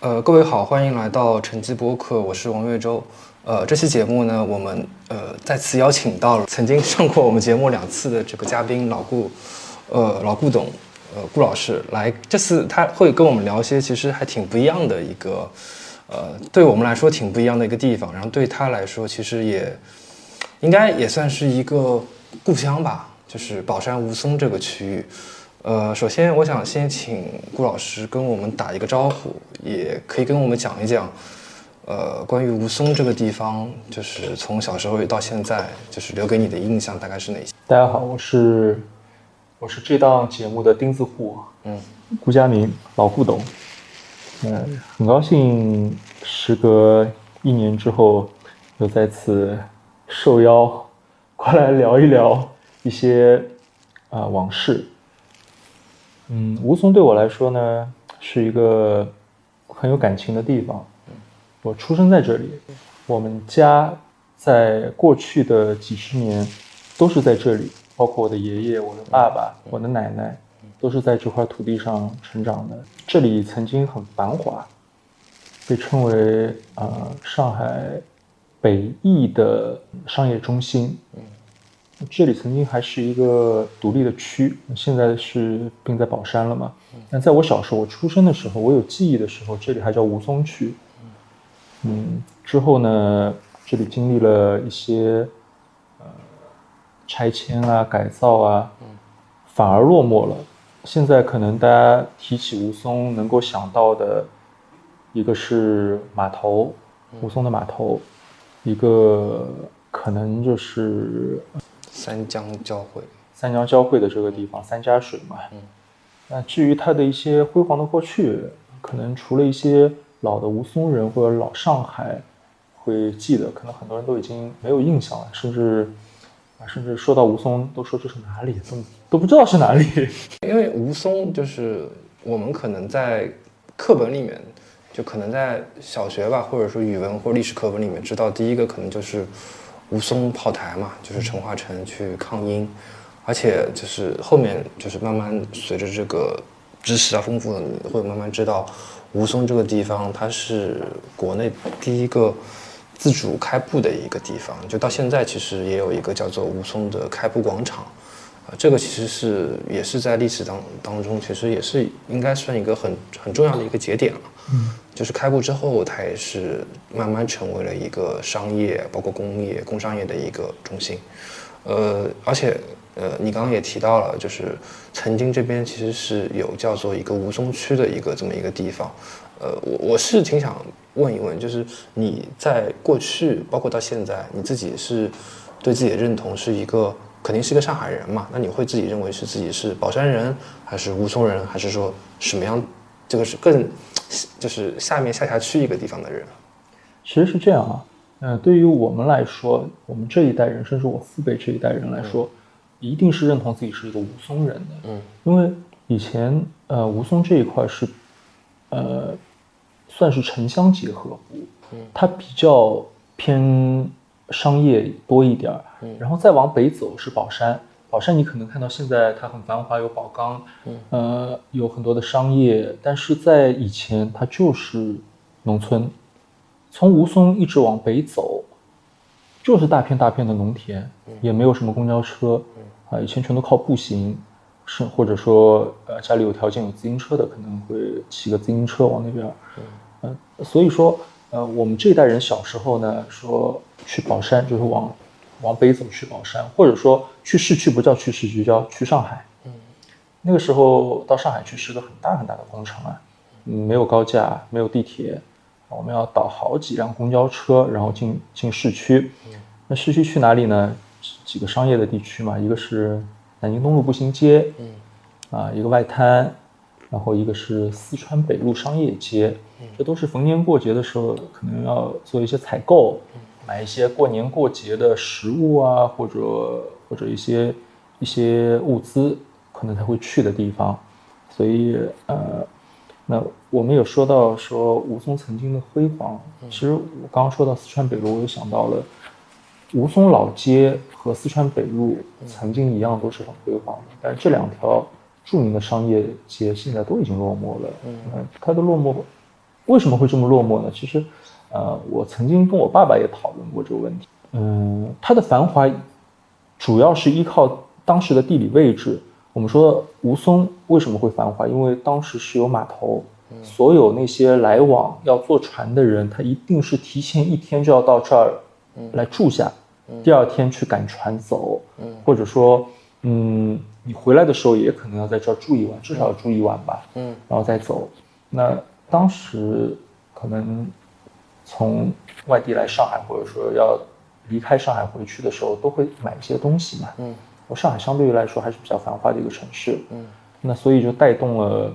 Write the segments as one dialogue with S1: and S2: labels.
S1: 呃，各位好，欢迎来到晨记播客，我是王岳洲。呃，这期节目呢，我们呃再次邀请到了曾经上过我们节目两次的这个嘉宾老顾，呃老顾董，呃顾老师来，这次他会跟我们聊一些其实还挺不一样的一个，呃对我们来说挺不一样的一个地方，然后对他来说其实也应该也算是一个故乡吧，就是宝山吴淞这个区域。呃，首先我想先请顾老师跟我们打一个招呼，也可以跟我们讲一讲，呃，关于吴淞这个地方，就是从小时候到现在，就是留给你的印象大概是哪些？
S2: 大家好，我是我是这档节目的钉子户，
S1: 嗯，
S2: 顾佳明，老顾董。嗯，很高兴时隔一年之后，又再次受邀过来聊一聊一些啊、呃往事。嗯，吴淞对我来说呢，是一个很有感情的地方。我出生在这里，我们家在过去的几十年都是在这里，包括我的爷爷、我的爸爸、我的奶奶，都是在这块土地上成长的。这里曾经很繁华，被称为呃上海北翼的商业中心。这里曾经还是一个独立的区，现在是并在宝山了嘛。但在我小时候，我出生的时候，我有记忆的时候，这里还叫吴淞区。嗯，之后呢，这里经历了一些呃拆迁啊、改造啊，反而落寞了。现在可能大家提起吴淞，能够想到的，一个是码头，吴淞的码头，一个可能就是
S1: 三江交汇，
S2: 三江交汇的这个地方，三家水嘛。那至于它的一些辉煌的过去，可能除了一些老的吴淞人或者老上海会记得，可能很多人都已经没有印象了，甚至啊，甚至说到吴淞都说这是哪里，都都不知道是哪里。
S1: 因为吴淞就是我们可能在课本里面，就可能在小学吧，或者说语文或历史课本里面知道，第一个可能就是吴淞炮台嘛，就是陈化成去抗英，而且就是后面就是慢慢随着这个知识啊丰富了，你会慢慢知道吴淞这个地方它是国内第一个。自主开埠的一个地方，就到现在其实也有一个叫做吴淞的开埠广场，啊，这个其实是也是在历史当当中，其实也是应该算一个很很重要的一个节点了。嗯，就是开埠之后，它也是慢慢成为了一个商业，包括工业、工商业的一个中心。呃，而且呃，你刚刚也提到了，就是曾经这边其实是有叫做一个吴淞区的一个这么一个地方。呃，我我是挺想问一问，就是你在过去，包括到现在，你自己是对自己的认同是一个肯定是一个上海人嘛？那你会自己认为是自己是宝山人，还是吴淞人，还是说什么样？这个是更就是下面下辖区一个地方的人？
S2: 其实是这样啊，嗯、对于我们来说，我们这一代人，甚至我父辈这一代人来说，一定是认同自己是一个吴淞人的，
S1: 嗯，
S2: 因为以前呃吴淞这一块是，呃，算是城乡结合部，
S1: 嗯
S2: 它比较偏商业多一点儿，
S1: 嗯
S2: 然后再往北走是宝山。宝山，你可能看到现在它很繁华，有宝钢，
S1: 嗯
S2: 呃，有很多的商业，但是在以前它就是农村，从吴淞一直往北走，就是大片大片的农田，也没有什么公交车，啊，以前全都靠步行，是或者说呃家里有条件有自行车的，可能会骑个自行车往那边儿，嗯、所以说呃我们这一代人小时候呢，说去宝山就是往往北走去宝山，或者说去市区不叫去市区，叫去上海，那个时候到上海去是个很大很大的工程啊，嗯没有高架，没有地铁，我们要倒好几辆公交车，然后进进市区。那市区去哪里呢？几几个商业的地区嘛，一个是南京东路步行街，
S1: 嗯
S2: 啊，一个外滩，然后一个是四川北路商业街，这都是逢年过节的时候可能要做一些采购，买一些过年过节的食物啊，或者或者一些一些物资，可能才会去的地方。所以呃，那我们有说到说吴淞曾经的辉煌，其实我刚刚说到四川北路，我又想到了吴淞老街和四川北路曾经一样都是很辉煌的，但是这呃两条著名的商业街现在都已经落寞了。嗯，它的落寞为什么会这么落寞呢？其实，呃，我曾经跟我爸爸也讨论过这个问题。嗯，它的繁华主要是依靠当时的地理位置。我们说吴淞为什么会繁华？因为当时是有码头，所有那些来往要坐船的人，他一定是提前一天就要到这儿来住下，第二天去赶船走，或者说，嗯，你回来的时候也可能要在这儿住一晚，至少要住一晚吧，
S1: 嗯，
S2: 然后再走。那当时可能从外地来上海，或者说要离开上海回去的时候，都会买一些东西嘛。
S1: 嗯，
S2: 我上海相对于来说还是比较繁华的一个城市。
S1: 嗯，
S2: 那所以就带动了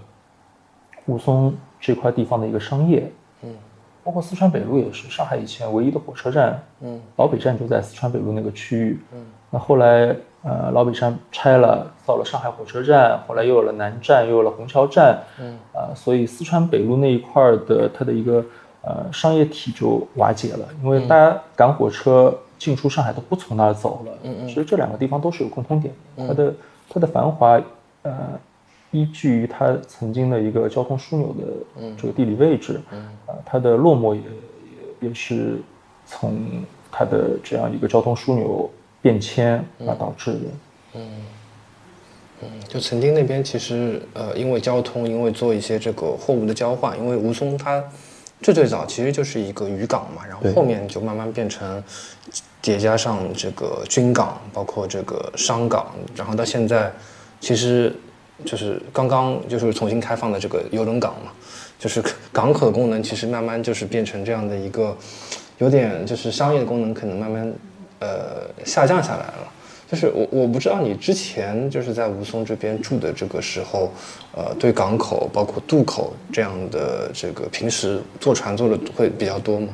S2: 雾凇这块地方的一个商业。
S1: 嗯，
S2: 包括四川北路也是，上海以前唯一的火车站，
S1: 嗯，
S2: 老北站就在四川北路那个区域。
S1: 嗯，
S2: 那后来呃老北站拆了，造了上海火车站，后来又有了南站，又有了虹桥站。
S1: 嗯，
S2: 呃，所以四川北路那一块儿的它的一个呃商业体就瓦解了，因
S1: 嗯
S2: 为大家赶火车进出上海都不从那儿走了。
S1: 嗯嗯
S2: 其实这两个地方都是有共通点的，它的它的繁华，呃，依据于它曾经的一个交通枢纽的
S1: 嗯
S2: 这个地理位置，呃，它的落寞也也也是从它的这样一个交通枢纽变迁
S1: 嗯
S2: 而导致的。
S1: 就曾经那边其实呃，因为交通，因为做一些这个货物的交换，因为吴淞它最最早其实就是一个渔港嘛，然后
S2: 对
S1: 后面就慢慢变成叠加上这个军港，包括这个商港，然后到现在其实就是刚刚就是重新开放的这个邮轮港嘛，就是港口功能其实慢慢就是变成这样的一个有点就是商业的功能可能慢慢呃下降下来了。就是我我不知道你之前就是在吴淞这边住的这个时候，呃，对港口包括渡口这样的这个平时坐船坐的会比较多吗？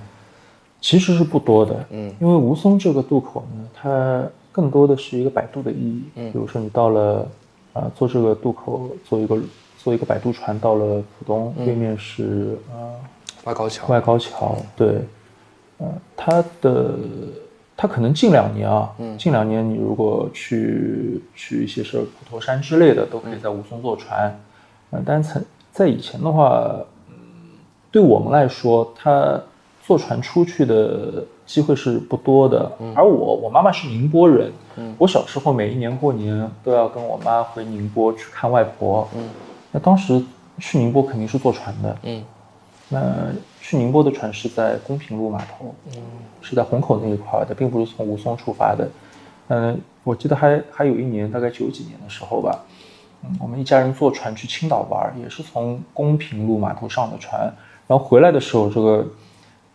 S2: 其实是不多的，嗯，因为吴淞这个渡口呢，它更多的是一个摆渡的意义，嗯，比如说你到了，啊、坐这个渡口，坐一个坐一个摆渡船到了浦东，对面是啊、
S1: 八高桥，
S2: 外高桥，对，呃，它的它可能近两年啊，近两年你如果去去一些是普陀山之类的，都可以在吴淞坐船，嗯、但是曾在以前的话，嗯，对我们来说，它坐船出去的机会是不多的，而我我妈妈是宁波人，我小时候每一年过年都要跟我妈回宁波去看外婆，那当时去宁波肯定是坐船的，
S1: 嗯
S2: 那去宁波的船是在公平路码头，是在虹口那一块儿的，并不是从吴淞出发的。嗯，我记得还还有一年，大概九几年的时候吧，嗯，我们一家人坐船去青岛玩儿，也是从公平路码头上的船，然后回来的时候，这个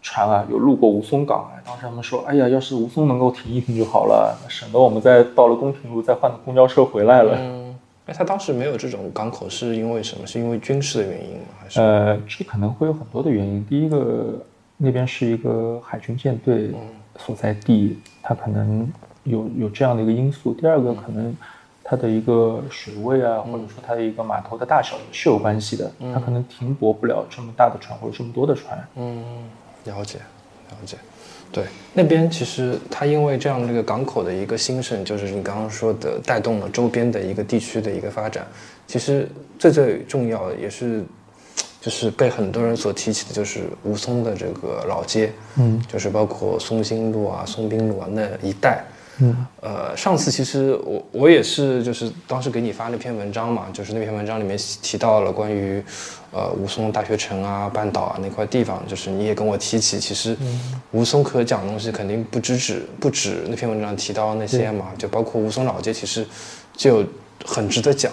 S2: 船啊有路过吴淞港啊，当时他们说，哎呀，要是吴淞能够停一停就好了，省得我们再到了公平路再换个公交车回来了。
S1: 嗯，哎，他当时没有这种港口是因为什么？是因为军事的原因吗？还是
S2: 呃，这可能会有很多的原因。第一个，那边是一个海军舰队所在地，它可能有有这样的一个因素。第二个，可能它的一个水位啊，或者说它的一个码头的大小也是有关系的。它可能停泊不了这么大的船或者这么多的船。
S1: 嗯，了解，了解。对，那边其实它因为这样的一个港口的一个兴盛，就是你刚刚说的，带动了周边的一个地区的一个发展。其实最最重要的也是，就是被很多人所提起的，就是吴淞的这个老街，
S2: 嗯
S1: 就是包括松兴路啊、松滨路啊那一带。
S2: 嗯
S1: 呃，上次其实我我也是，就是当时给你发那篇文章嘛，就是那篇文章里面提到了关于，呃，吴淞大学城啊、半岛啊那块地方，就是你也跟我提起，其实吴淞可讲的东西肯定不只止不止那篇文章提到那些嘛，就包括吴淞老街，其实就有很值得讲。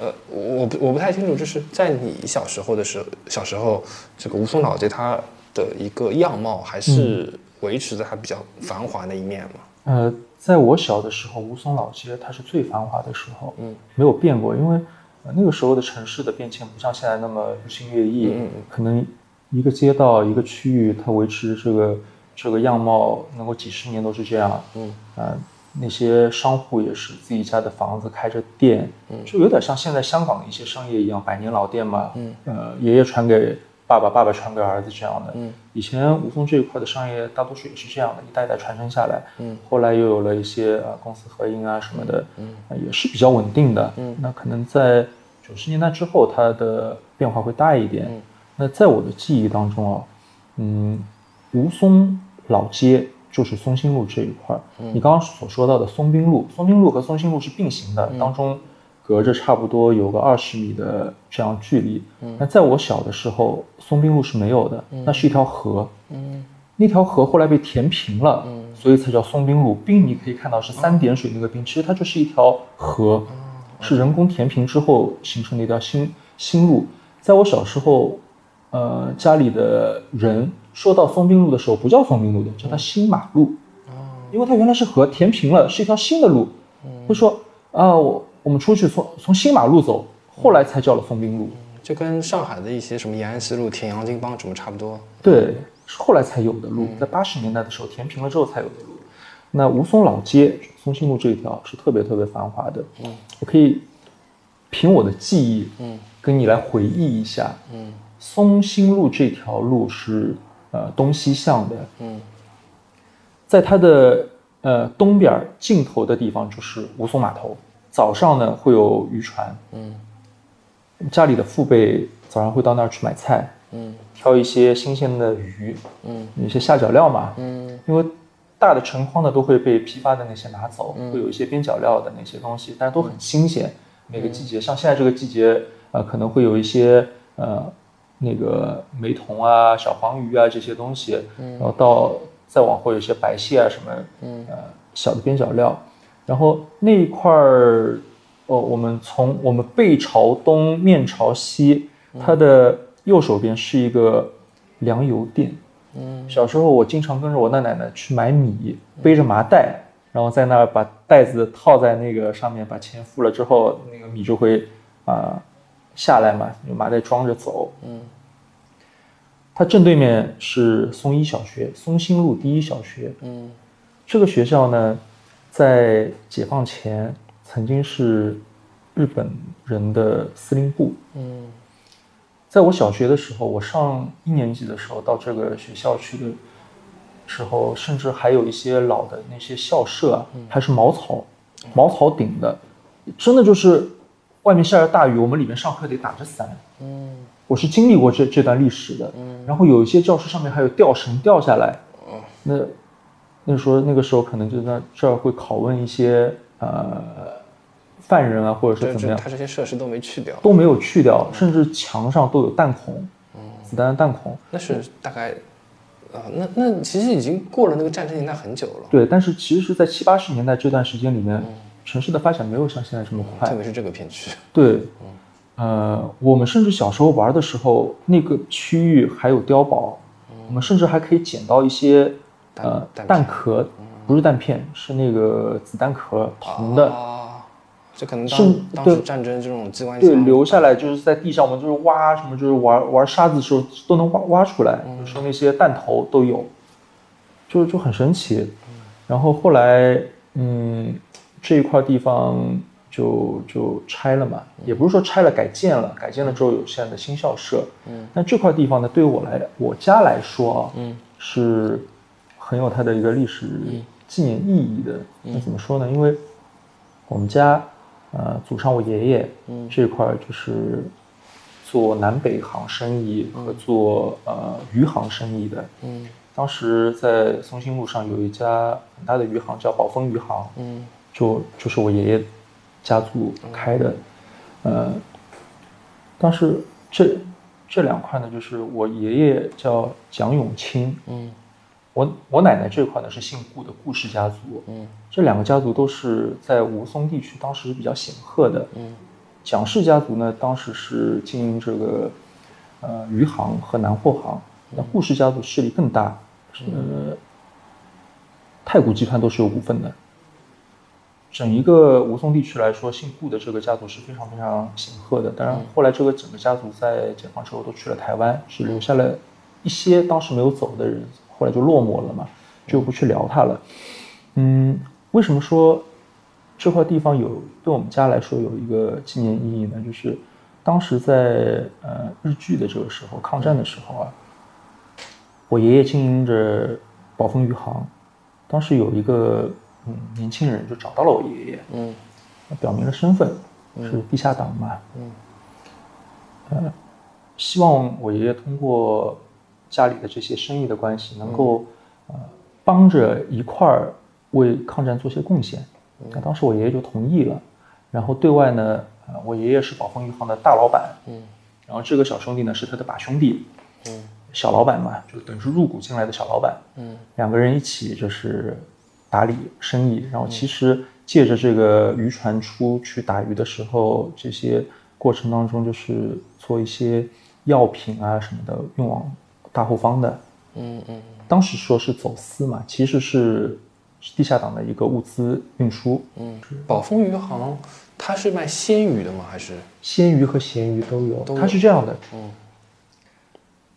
S1: 呃，我不我不太清楚，就是在你小时候的时候，小时候这个吴淞老街它的一个样貌还是维持着它比较繁华的一面嘛？
S2: 呃，在我小的时候，吴淞老街它是最繁华的时候，
S1: 嗯，
S2: 没有变过，因为、呃那个时候的城市的变迁不像现在那么日新月异，
S1: 嗯嗯嗯
S2: 可能一个街道一个区域它维持这个这个样貌能够几十年都是这样，
S1: 嗯，
S2: 呃，那些商户也是自己家的房子开着店，嗯，就有点像现在香港的一些商业一样，百年老店嘛，嗯，呃，爷爷传给爸爸，爸爸传给儿子这样的，
S1: 嗯，
S2: 以前吴淞这一块的商业大多数也是这样的，一代一代传承下来，嗯，后来又有了一些呃公私合营啊什么的，嗯、也是比较稳定的，嗯，那可能在九十年代之后，它的变化会大一点，嗯，那在我的记忆当中啊，嗯，吴淞老街就是松兴路这一块儿。你刚刚所说到的松滨路，松滨路和松兴路是并行的，当中隔着差不多有个二十米的这样距离。那在我小的时候，松滨路是没有的，那是一条河。
S1: 嗯
S2: 那条河后来被填平了，所以才叫松滨路。滨你可以看到是三点水那个滨，其实它就是一条河，是人工填平之后形成的一条新新路。在我小时候，呃，家里的人说到松滨路的时候，不叫松滨路的，叫它新马路，因为它原来是河填平了，是一条新的路，会说啊，我我们出去从从新马路走，后来才叫了松滨路。
S1: 就跟上海的一些什么延安西路、田阳金帮什么差不多。
S2: 对，是后来才有的路，在八十年代的时候填平了之后才有的路。那吴淞老街、松兴路这一条是特别特别繁华的。嗯，我可以凭我的记忆，嗯，跟你来回忆一下。
S1: 嗯，
S2: 松兴路这条路是呃东西向的。
S1: 嗯，
S2: 在它的呃东边儿尽头的地方就是吴淞码头。早上呢会有渔船，
S1: 嗯
S2: 家里的父辈早上会到那儿去买菜，
S1: 嗯
S2: 挑一些新鲜的鱼，
S1: 嗯
S2: 一些下脚料嘛，
S1: 嗯
S2: 因为大的成筐的都会被批发的那些拿走，
S1: 嗯
S2: 会有一些边角料的那些东西，但是都很新鲜。每
S1: 嗯
S2: 个季节，像现在这个季节，呃，可能会有一些呃那个梅童啊、小黄鱼啊这些东西，然后到再往后有一些白蟹啊什么，
S1: 嗯
S2: 呃小的边角料，然后那一块儿，哦，我们从我们背朝东，面朝西，
S1: 嗯
S2: 它的右手边是一个粮油店。
S1: 嗯
S2: 小时候我经常跟着我奶奶呢去买米，背着麻袋，然后在那儿把袋子套在那个上面，把钱付了之后，那个米就会啊、下来嘛，用麻袋装着走。
S1: 嗯，
S2: 它正对面是松一小学，松兴路第一小学。
S1: 嗯
S2: 这个学校呢，在解放前曾经是日本人的司令部。
S1: 嗯
S2: 在我小学的时候，我上一年级的时候到这个学校去的时候，甚至还有一些老的那些校舍啊，
S1: 嗯
S2: 还是茅草，茅草顶的，真的就是外面下着大雨，我们里面上课得打着伞。
S1: 嗯
S2: 我是经历过这这段历史的。然后有一些教室上面还有吊绳吊下来。
S1: 嗯
S2: 那那时候那个时候可能就在这儿会拷问一些呃犯人啊，或者
S1: 这
S2: 是怎么
S1: 这
S2: 样。
S1: 他这些设施都没去掉，
S2: 都没有去掉，甚至墙上都有弹孔，
S1: 嗯
S2: 子弹的弹孔。
S1: 那是大概啊、那那其实已经过了那个战争年代很久了，
S2: 对，但是其实是在七八十年代这段时间里
S1: 嗯
S2: 面，城市的发展没有像现在这么
S1: 特
S2: 快。
S1: 别是这个片区。
S2: 对，
S1: 嗯
S2: 呃，我们甚至小时候玩的时候，那个区域还有碉堡，我们甚至还可以捡到一些呃
S1: 嗯弹
S2: 弹壳，不是弹片，是那个子弹
S1: 嗯
S2: 壳，铜的。
S1: 啊，这可能
S2: 是
S1: 当当时战争这种机关
S2: 对，
S1: 枪
S2: 留下来就是在地上，我们就是挖什么，就是玩玩沙子的时候都能挖挖出来，有时候那些弹头都有，就就很神奇。然后后来，嗯，这一块地方就就拆了嘛，也不是说拆了，改建了，改建了之后有现在的新校舍。嗯，但这块地方呢，对于我来我家来说啊，嗯，是很有它的一个历史纪念意义的。那怎么说呢？因为我们家，呃，祖上我爷爷，嗯，这块儿就是做南北航生意和做、呃余杭生意的。
S1: 嗯
S2: 当时在松兴路上有一家很大的余杭，叫宝丰余杭，
S1: 嗯
S2: 就就是我爷爷家族开的。呃，当时这这两块呢，就是我爷爷叫蒋永清，
S1: 嗯
S2: 我我奶奶这块呢是姓顾的顾氏家族，
S1: 嗯
S2: 这两个家族都是在吴淞地区当时比较显赫的。
S1: 嗯
S2: 蒋氏家族呢，当时是经营这个呃余杭和南货行，那顾氏家族势力更大，呃，太古集团都是有股份的。整一个吴淞地区来说，姓顾的这个家族是非常非常显赫的。当然，后来这个整个家族在解放之后都去了台湾，只留下了一些当时没有走的人，后来就落寞了嘛，就不去聊他了。嗯，为什么说这块地方有对我们家来说有一个纪念意义呢？就是当时在呃日据的这个时候，抗战的时候啊，我爷爷经营着宝丰余杭，当时有一个嗯年轻人就找到了我爷爷，
S1: 嗯
S2: 表明了身份，是地下党嘛。嗯。呃，希望我爷爷通过家里的这些生意的关系，能够、呃帮着一块儿为抗战做些贡献。那当时我爷爷就同意了，然后对外呢，呃，我爷爷是宝丰银行的大老板，
S1: 嗯
S2: 然后这个小兄弟呢是他的把兄弟，
S1: 嗯
S2: 小老板嘛，就等于是入股进来的小老板，
S1: 嗯
S2: 两个人一起就是打理生意，然后
S1: 嗯
S2: 其实借着这个渔船出去打鱼的时候，这些过程当中就是做一些药品啊什么的运往大后方的，
S1: 嗯嗯
S2: 当时说是走私嘛，其实是地下党的一个物资运输，
S1: 嗯。宝丰余杭，它是卖鲜鱼的吗？还是？
S2: 鲜鱼和咸鱼都有，
S1: 都有
S2: 它是这样的，
S1: 嗯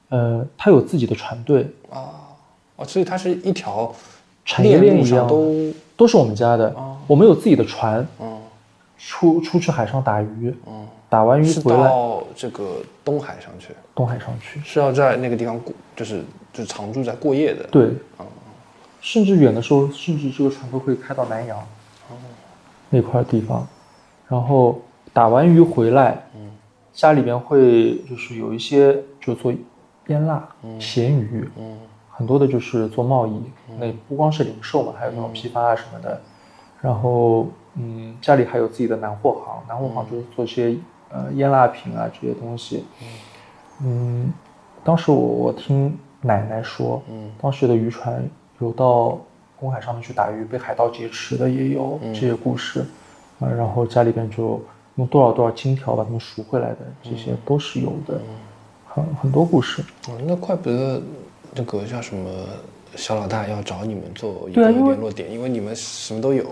S2: 呃，它有自己的船队，
S1: 啊哦，所以它是一条
S2: 产业链
S1: 路
S2: 一样
S1: 上都
S2: 都是我们家的，
S1: 哦
S2: 我们有自己的船，
S1: 嗯
S2: 出出去海上打鱼，
S1: 嗯，
S2: 打完鱼
S1: 是
S2: 回来
S1: 到这个东海上去，
S2: 东海上去，
S1: 是要在那个地方过，就是就是常住在过夜的。
S2: 对，甚至远的时候，甚至这个船都会开到南洋那块地方，然后打完鱼回来，
S1: 嗯
S2: 家里边会就是有一些就做腌腊、咸鱼，
S1: 嗯
S2: 很多的就是做贸易，那不光是零售嘛，还有那种批发啊什么的。然后，嗯，家里还有自己的南货行，南货行就是做这些呃腌腊品啊这些东西。嗯，当时我我听奶奶说，
S1: 嗯
S2: 当时的渔船游到公海上面去打鱼，被海盗劫持的也有这些故事。啊、然后家里边就用多少多少金条把他们赎回来的，这些都是有的，很很多故事。
S1: 哦，那怪不得那个叫什么小老大要找你们做一
S2: 对
S1: 个
S2: 啊因为
S1: 联络点，因为你们什么都有。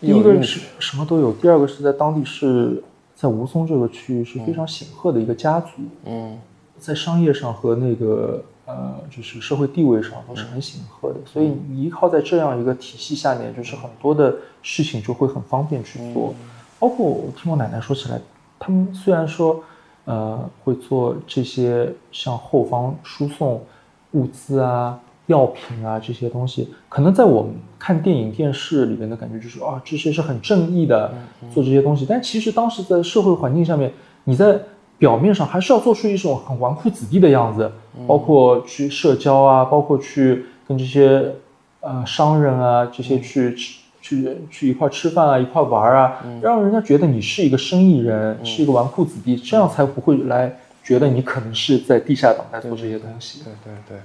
S2: 第一
S1: 有
S2: 个
S1: 运
S2: 是什么都有，第二个是在当地是在吴淞这个区域是非常显赫的一个家族，
S1: 嗯
S2: 在商业上和那个呃就是社会地位上都是很显赫的，所以你依靠在这样一个体系下面，就是很多的事情就会很方便去做。包括我听我奶奶说起来，他们虽然说呃会做这些像后方输送物资啊。药品啊，这些东西，可能在我们看电影、电视里面的感觉就是啊，这些是很正义的，做这些东西。但其实当时在社会环境下面，你在表面上还是要做出一种很纨绔子弟的样子，
S1: 嗯
S2: 包括去社交啊，包括去跟这些呃商人啊这些
S1: 嗯
S2: 去吃、去去一块吃饭啊，一块玩啊，让人家觉得你是一个生意人，
S1: 嗯
S2: 是一个纨绔子弟，这样才不会来觉得你可能是在地下党在做这些东西，
S1: 对对对，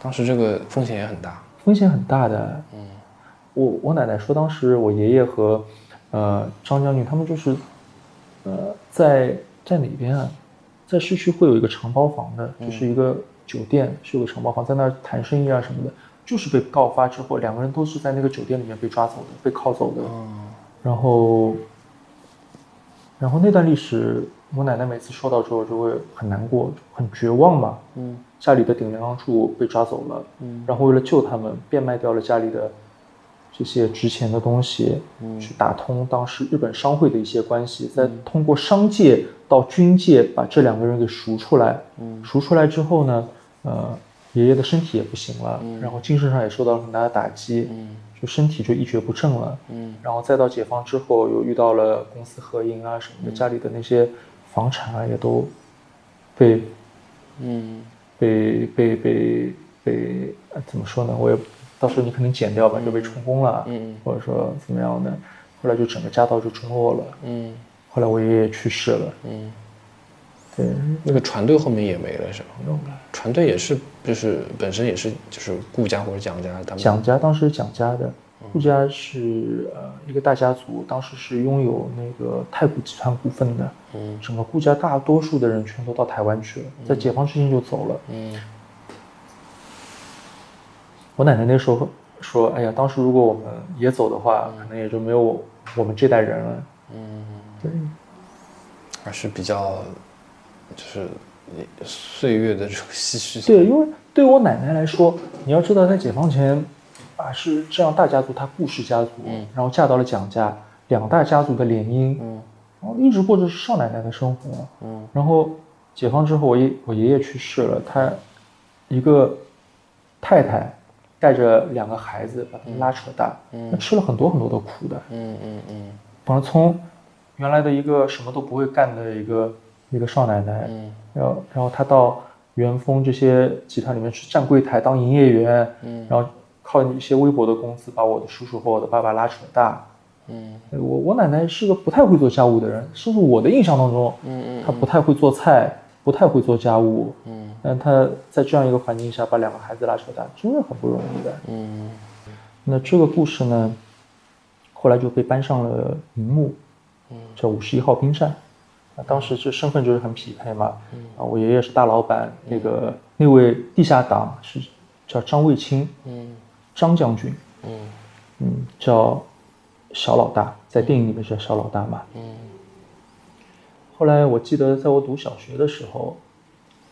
S1: 当时这个风险也很大。
S2: 风险很大的。
S1: 嗯
S2: 我我奶奶说，当时我爷爷和呃张将军他们就是呃在在哪边啊？在市区会有一个承包房的，就是
S1: 嗯
S2: 一个酒店，是有个承包房，在那儿谈生意啊什么的。就是被告发之后，两个人都是在那个酒店里面被抓走的，被铐走的。
S1: 嗯
S2: 然后，然后那段历史，我奶奶每次说到之后就会很难过，很绝望嘛。
S1: 嗯
S2: 家里的顶梁柱被抓走了，
S1: 嗯
S2: 然后为了救他们，变卖掉了家里的这些值钱的东西，
S1: 嗯
S2: 去打通当时日本商会的一些关系，再通过商界到军界把这两个人给赎出来。
S1: 嗯
S2: 赎出来之后呢，呃，爷爷的身体也不行了，然后精神上也受到了很大的打击，
S1: 嗯
S2: 就身体就一蹶不振了。
S1: 嗯
S2: 然后再到解放之后，又遇到了公私合营啊什
S1: 嗯
S2: 么的，家里的那些房产啊也都被
S1: 嗯
S2: 被被被被、呃怎么说呢？我也到时候你可能剪掉吧，就被充公了，
S1: 嗯
S2: 或者说怎么样呢？后来就整个家道就中落了。
S1: 嗯
S2: 后来我爷爷去世了，
S1: 嗯，
S2: 对，
S1: 那个船队后面也没了是吗？船队也是，就是本身也是就是顾家或者蒋家他们。
S2: 蒋家当时是蒋家的，
S1: 嗯
S2: 顾家是呃一个大家族，当时是拥有那个太古集团股份的，
S1: 嗯
S2: 整个顾家大多数的人全都到台湾去了，在解放之前就走了。
S1: 嗯
S2: 我奶奶那时候说：“哎呀，当时如果我们也走的话，可能也就没有我们这代人了。
S1: 嗯，”
S2: 对，
S1: 还是比较就是岁月的这种唏嘘。
S2: 对，因为对我奶奶来说，你要知道，在解放前，啊是这样大家族，她顾氏家族，然后嫁到了蒋家，两大家族的联姻，
S1: 嗯
S2: 然后一直过着少奶奶的生活。
S1: 嗯
S2: 然后解放之后，我爷我爷爷去世了，他一个太太带着两个孩子把他们拉扯大，
S1: 嗯
S2: 他吃了很多很多的苦的。
S1: 嗯嗯嗯
S2: 反正从原来的一个什么都不会干的一个一个少奶奶，
S1: 嗯
S2: 然后然后他到元丰这些集团里面去站柜台当营业员，嗯，然后靠一些微薄的工资把我的叔叔和我的爸爸拉扯大，
S1: 嗯
S2: 我我奶奶是个不太会做家务的人，甚至我的印象当中，
S1: 嗯
S2: 她不太会做菜，不太会做家务，
S1: 嗯，
S2: 但她在这样一个环境下把两个孩子拉扯大，真的很不容易的。
S1: 嗯
S2: 那这个故事呢，后来就被搬上了荧幕，
S1: 嗯
S2: 叫《五十一号兵站》。啊，当时这身份就是很匹配嘛，
S1: 嗯
S2: 啊，我爷爷是大老板，那个那位地下党是叫张卫清，
S1: 嗯
S2: 张将军，
S1: 嗯
S2: 嗯，叫小老大，在电影里面叫小老大嘛。
S1: 嗯
S2: 后来我记得在我读小学的时候，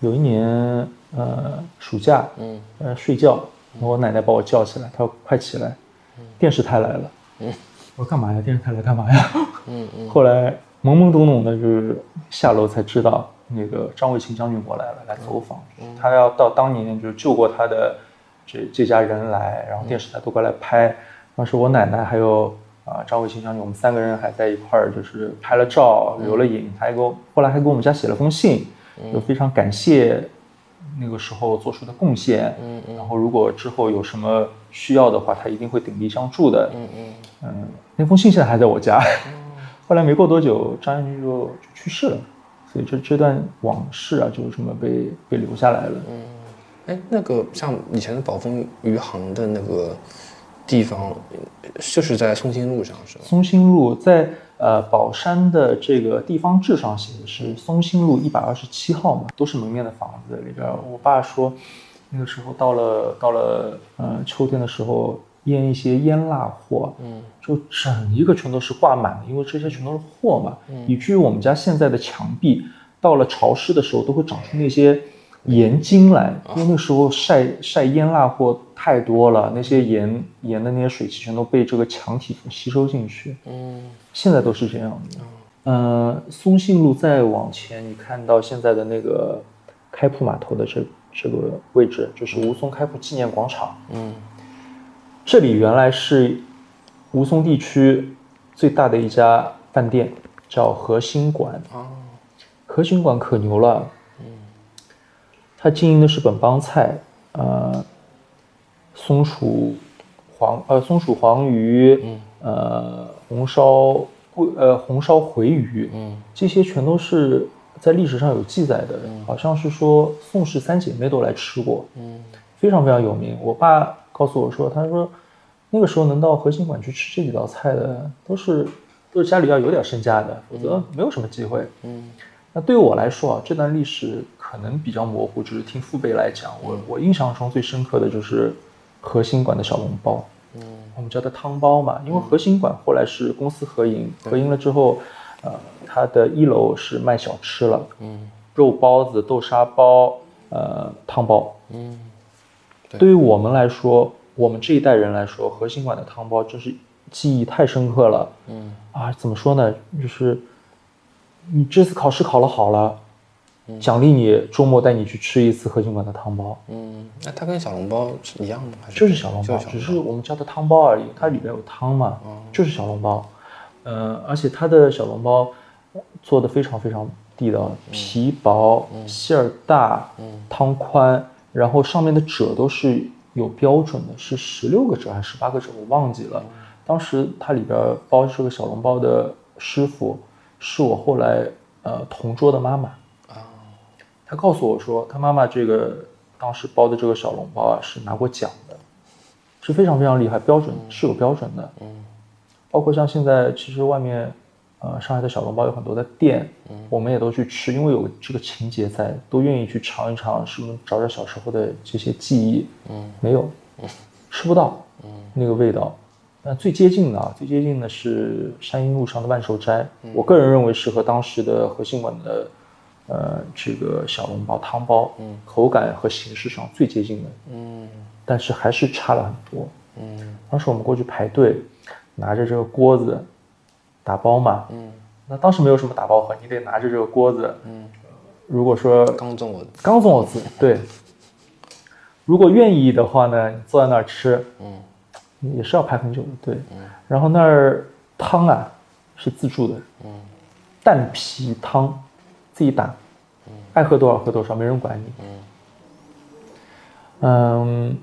S2: 有一年呃暑假，
S1: 嗯
S2: 呃睡觉，然后我奶奶把我叫起来，她说快起来，电视台来了。
S1: 嗯
S2: 我说干嘛呀？电视台来干嘛呀？
S1: 嗯嗯
S2: 后来懵懵懂懂的，就是下楼才知道那个张卫勤将军过来了，来走访，
S1: 嗯
S2: 他要到当年就是救过他的这这家人来，然后电视台都过来拍。当时我奶奶还有啊、张卫勤将军，我们三个人还在一块儿，就是拍了照，留了影，还给我后来还给我们家写了封信，
S1: 嗯
S2: 就非常感谢那个时候做出的贡献。
S1: 嗯嗯
S2: 然后如果之后有什么需要的话，他一定会鼎力相助的。
S1: 嗯嗯
S2: 嗯，那封信现在还在我家。后来没过多久，张将军就就去世了，所以这这段往事啊，就这么被被留下来了。
S1: 哎，那个像以前的宝丰余杭的那个地方，就是在松兴路上是吧？
S2: 松兴路在呃宝山的这个地方志上写的是松兴路一百二十七号嘛，都是门面的房子里边儿。我爸说，那个时候到了到了呃秋天的时候，腌一些腌腊货，
S1: 嗯，
S2: 就整一个全都是挂满的，因为这些全都是货嘛，以至于我们家现在的墙壁到了潮湿的时候都会长出那些盐晶来，因为那个时候晒晒腌腊货太多了，那些盐盐的那些水汽全都被这个墙体吸收进去，
S1: 嗯
S2: 现在都是这样的。呃，松信路再往前，你看到现在的那个开埠码头的这这个位置，就是吴淞开埠纪念广场。
S1: 嗯
S2: 这里原来是吴淞地区最大的一家饭店，叫和兴馆。
S1: 啊
S2: 和兴馆可牛了，它经营的是本帮菜，呃，松鼠黄呃松鼠黄鱼，呃红烧桂呃红烧回鱼，
S1: 嗯
S2: 这些全都是在历史上有记载的，好像是说宋氏三姐妹都来吃过，
S1: 嗯
S2: 非常非常有名。我爸告诉我说，他说那个时候能到核心馆去吃这几道菜的，都是都是家里要有点身家的，否则没有什么机会。
S1: 嗯
S2: 那对于我来说啊，这段历史可能比较模糊，只是听父辈来讲，
S1: 嗯
S2: 我我印象中最深刻的就是核心馆的小笼包，
S1: 嗯
S2: 我们叫它汤包嘛，因为核心馆后来是公司合营，合营了之后，呃，它的一楼是卖小吃了，
S1: 嗯
S2: 肉包子、豆沙包、呃汤包，
S1: 嗯
S2: 对于我们来说，我们这一代人来说，核心馆的汤包真是记忆太深刻了
S1: 嗯
S2: 啊！怎么说呢？就是你这次考试考了好了，奖励你周末带你去吃一次核心馆的汤包。
S1: 嗯，那它跟小笼包是一样的吗？还是
S2: 就是小笼包，
S1: 就是小
S2: 只
S1: 笼嗯
S2: 是我们叫它汤包而已，它里边有汤嘛，就是小笼包。呃，而且它的小笼包做的非常非常地道，皮薄，
S1: 嗯
S2: 馅儿大，汤宽，然后上面的褶都是有标准的，是十六个褶还是十八个褶，我忘记了。
S1: 嗯
S2: 当时它里边包这个小笼包的师傅是我后来呃同桌的妈妈。
S1: 啊
S2: 他告诉我说，他妈妈这个当时包的这个小笼包啊，是拿过奖的，是非常非常厉害，标准是有标准的。
S1: 嗯
S2: 包括像现在，其实外面，呃，上海的小笼包有很多的店，
S1: 嗯
S2: 我们也都去吃，因为有这个情节在，都愿意去尝一尝，是不是找找小时候的这些记忆？
S1: 嗯，
S2: 没有，吃不到，
S1: 嗯，
S2: 那个味道。那最接近的啊，最接近的是山阴路上的万寿斋，
S1: 嗯
S2: 我个人认为是和当时的和信馆的，呃，这个小笼包汤包，嗯，口感和形式上最接近的，
S1: 嗯
S2: 但是还是差了很多，
S1: 嗯
S2: 当时我们过去排队，拿着这个锅子打包嘛。
S1: 嗯
S2: 那当时没有什么打包盒，你得拿着这个锅子。
S1: 嗯，
S2: 如果说
S1: 刚中我的
S2: 刚送我自对，如果愿意的话呢，你坐在那儿吃
S1: 嗯
S2: 也是要排很久的队。然后那儿汤啊是自助的，
S1: 嗯
S2: 蛋皮汤自己打，爱喝多少喝多少，没人管你。嗯，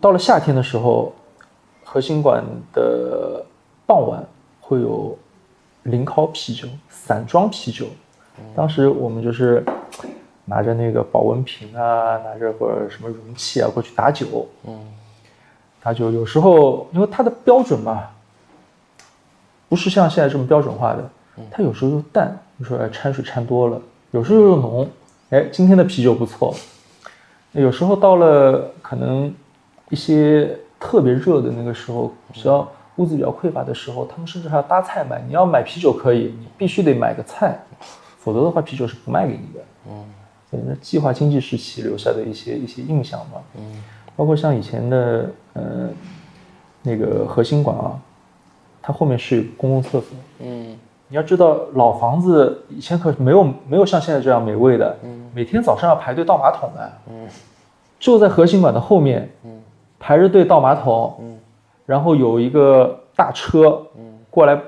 S2: 到了夏天的时候，核心馆的傍晚会有零烤啤酒、散装啤酒。当时我们就是拿着那个保温瓶啊，拿着或者什么容器啊过去打酒。嗯，打酒有时候因为它的标准嘛，不是像现在这么标准化的，它有时候又淡，你说哎掺水掺多了，有时候又浓，哎，今天的啤酒不错。那有时候到了可能一些特别热的那个时候，比较物资比较匮乏的时候，他们甚至还要搭菜卖。你要买啤酒可以，你必须得买个菜，否则的话啤酒是不卖给你的。嗯，所以那计划经济时期留下的一些一些印象嘛。嗯，包括像以前的呃那个核心馆啊，它后面是有公共厕所。
S1: 嗯
S2: 你要知道，老房子以前可没有没有像现在这样美味的，每天早上要排队倒马桶的，就在核心馆的后面，排着队倒马桶，然后有一个大车，过来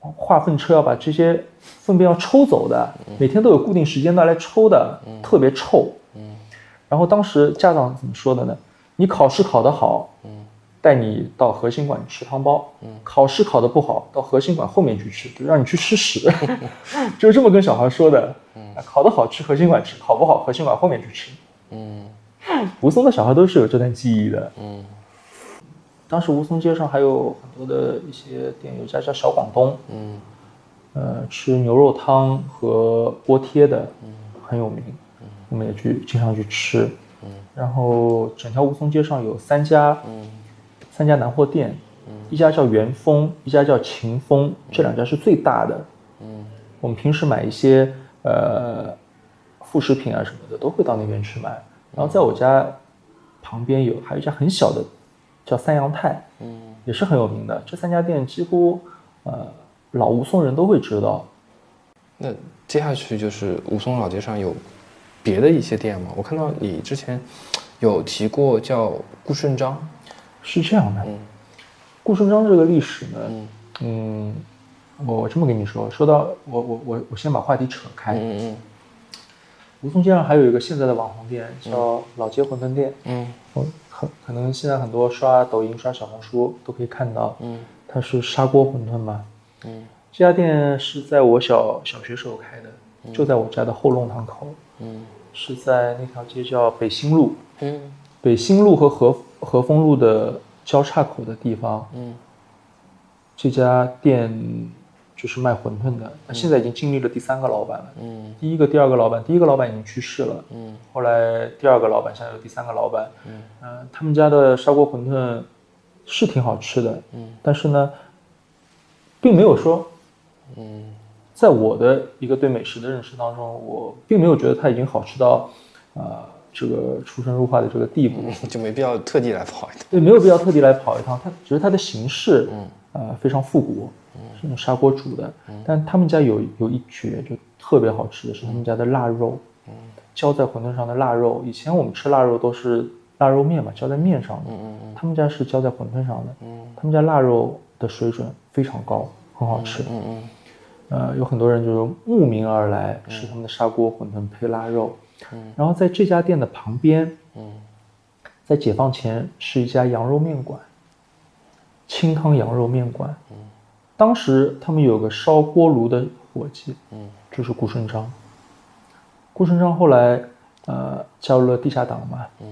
S2: 化粪车要把这些粪便要抽走的，
S1: 嗯
S2: 每天都有固定时间段来抽的，特别臭，
S1: 嗯
S2: 然后当时家长怎么说的呢？你考试考得好，
S1: 嗯
S2: 带你到核心馆吃汤包，考试考得不好，到核心馆后面去吃，就让你去吃屎， 就是这么跟小孩说的。啊考得好吃核心馆吃，考不好核心馆后面去吃。
S1: 嗯
S2: 吴淞的小孩都是有这段记忆的。
S1: 嗯
S2: 当时吴淞街上还有很多的一些店，有一家叫小广东，
S1: 嗯
S2: 呃，吃牛肉汤和锅贴的，很有名，我们也去经常去吃。然后整条吴淞街上有三家，三家南货店，一家叫元丰，一家叫秦丰，这两家是最大的。我们平时买一些呃副食品啊什么的，都会到那边去买。然后在我家旁边有还有一家很小的，叫三阳泰，
S1: 嗯
S2: 也是很有名的。这三家店几乎呃老吴淞人都会知道。
S1: 那接下去就是武松老街上有别的一些店吗？我看到你之前有提过叫顾顺章，
S2: 是这样的，
S1: 嗯
S2: 顾顺章这个历史呢，嗯，我这么跟你说，说到我我我我先把话题扯开。
S1: 嗯
S2: 吴淞街上还有一个现在的网红店叫老街馄饨店，
S1: 嗯
S2: 我可可能现在很多刷抖音、刷小红书都可以看到，
S1: 嗯
S2: 它是砂锅馄饨嘛。
S1: 嗯
S2: 这家店是在我小小学时候开的，就在我家的后弄堂口，
S1: 嗯
S2: 是在那条街叫北新路，
S1: 嗯
S2: 北新路和和和丰路的交叉口的地方。
S1: 嗯
S2: 这家店就是卖馄饨的，那现在已经经历了第三个老板了。
S1: 嗯
S2: 第一个、第二个老板，第一个老板已经去世了，
S1: 嗯
S2: 后来第二个老板，现在有第三个老板。
S1: 嗯
S2: 呃他们家的砂锅馄饨是挺好吃的，
S1: 嗯
S2: 但是呢，并没有说
S1: 嗯
S2: 在我的一个对美食的认识当中，我并没有觉得它已经好吃到，呃，这个出神入化的这个地步。
S1: 嗯， 就没必要特地来跑一趟。
S2: 对，没有必要特地来跑一趟，它只是它的形式，
S1: 嗯
S2: 呃，非常复古，是那种砂锅煮的。但他们家有有一绝就特别好吃的是他们家的腊肉，
S1: 嗯
S2: 浇在馄饨上的腊肉。以前我们吃腊肉都是腊肉面嘛，浇在面上的，
S1: 嗯
S2: 他们家是浇在馄饨上的。
S1: 嗯
S2: 他们家腊肉的水准非常高，很好吃。
S1: 嗯嗯
S2: 呃，有很多人就是慕名而来吃他们的砂锅馄饨配腊肉。
S1: 嗯
S2: 然后在这家店的旁边，
S1: 嗯
S2: 在解放前是一家羊肉面馆，清汤羊肉面馆。
S1: 嗯
S2: 当时他们有个烧锅炉的伙计，
S1: 嗯
S2: 就是顾顺章。顾顺章后来呃加入了地下党嘛，
S1: 嗯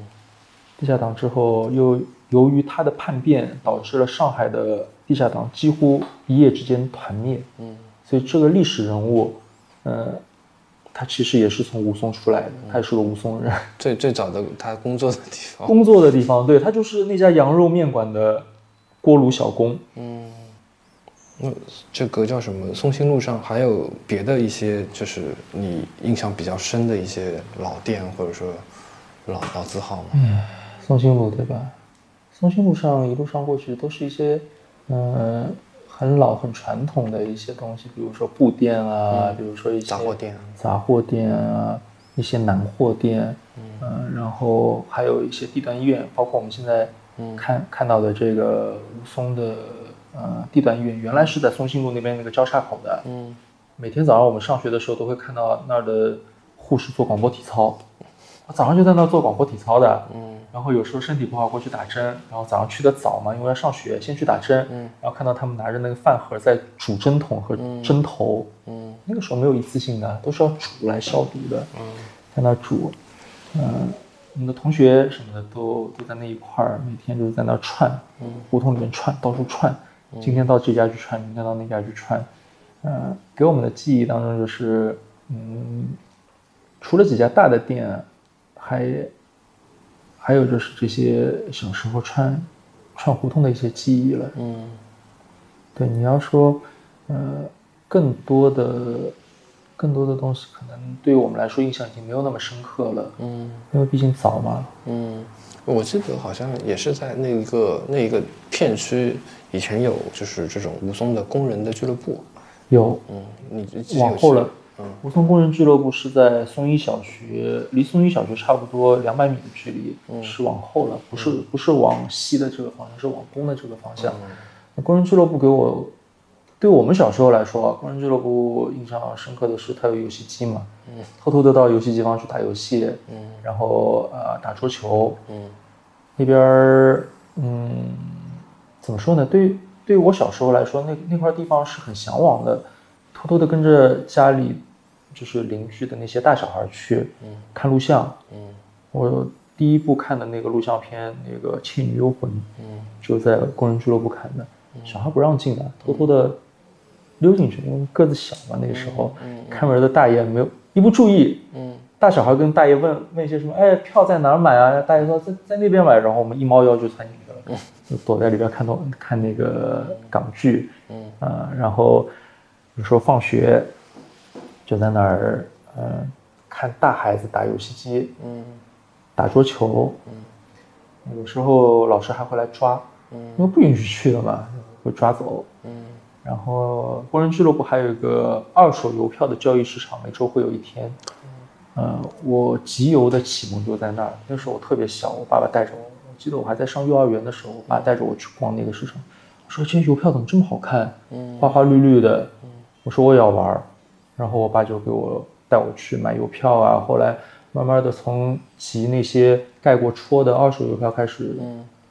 S2: 地下党之后又由于他的叛变，导致了上海的地下党几乎一夜之间团灭。
S1: 嗯
S2: 所以这个历史人物，呃，他其实也是从吴淞出来的，
S1: 嗯
S2: 他也是个吴淞人。
S1: 最最早的他工作的地方。
S2: 工作的地方，对他就是那家羊肉面馆的锅炉小工。
S1: 嗯，那这个叫什么？松兴路上还有别的一些，就是你印象比较深的一些老店，或者说老老字号吗？
S2: 松兴路对吧？松兴路上一路上过去都是一些，嗯、很老很传统的一些东西，比如说布店啊，比如说一些
S1: 嗯杂货店。
S2: 杂货店啊，一些南货店，嗯、然后还有一些地段医院，包括我们现在
S1: 嗯
S2: 看、看到的这个吴淞的呃地段医院，原来是在松兴路那边那个交叉口的，
S1: 嗯
S2: 每天早上我们上学的时候都会看到那儿的护士做广播体操，我早上就在那儿做广播体操的，嗯，然后有时候身体不好过去打针，然后早上去的早嘛，因为要上学，先去打针，嗯，然后看到他们拿着那个饭盒在煮针筒和针头，嗯，那个时候没有一次性的，都是要煮来消毒的，嗯，在那儿煮，嗯，我们的同学什么的都都在那一块儿，每天就是在那儿串，胡同里面串，到处串，今天到这家去串，明天到那家去串，嗯，给我们的记忆当中就是，嗯，除了几家大的店，还还有就是这些小时候串串胡同的一些记忆了。
S1: 嗯
S2: 对，你要说，呃，更多的更多的东西，可能对于我们来说印象已经没有那么深刻了，
S1: 嗯
S2: 因为毕竟早嘛。
S1: 嗯，我记得好像也是在那一个那一个片区以前有就是这种吴淞的工人的俱乐部，
S2: 有
S1: 嗯，你之前有嗯
S2: 往后
S1: 去
S2: 了，吴淞工人俱乐部是在松一小学，离松一小学差不多两百米的距离，
S1: 嗯
S2: 是往后了，不是不是往西的这个方向，是往东的这个方向。
S1: 嗯
S2: 那工人俱乐部给我，对我们小时候来说，啊工人俱乐部印象深刻的是它有游戏机嘛，
S1: 嗯
S2: 偷偷的到游戏机房去打游戏，然后呃打桌球，
S1: 嗯
S2: 那边儿，嗯，怎么说呢？对于对于我小时候来说，那那块地方是很向往的，偷偷的跟着家里就是邻居的那些大小孩去看录像。
S1: 嗯
S2: 我第一部看的那个录像片，那个《倩女幽魂》，
S1: 嗯
S2: 就在工人俱乐部看的，小孩不让进的，偷偷的溜进去，因为个子小嘛，那个时候，看门的大爷没有一不注意，
S1: 嗯
S2: 大小孩跟大爷问问一些什么，哎，票在哪儿买啊？大爷说在在那边买，然后我们一猫腰就窜进去了，就躲在里边看动看那个港剧，
S1: 嗯
S2: 啊、然后有时候放学就在那儿，嗯、看大孩子打游戏机，
S1: 嗯
S2: 打桌球，有时候老师还会来抓，因为不允许去的嘛，会抓走。
S1: 嗯
S2: 然后工人俱乐部还有一个二手邮票的交易市场，每周会有一天。呃，我集邮的启蒙就在那儿。那时候我特别小，我爸爸带着我，我记得我还在上幼儿园的时候，我爸带着我去逛那个市场，我说这些邮票怎么这么好看，花花绿绿的。我说我也要玩儿，然后我爸就给我带我去买邮票啊。后来慢慢的从集那些盖过戳的二手邮票开始，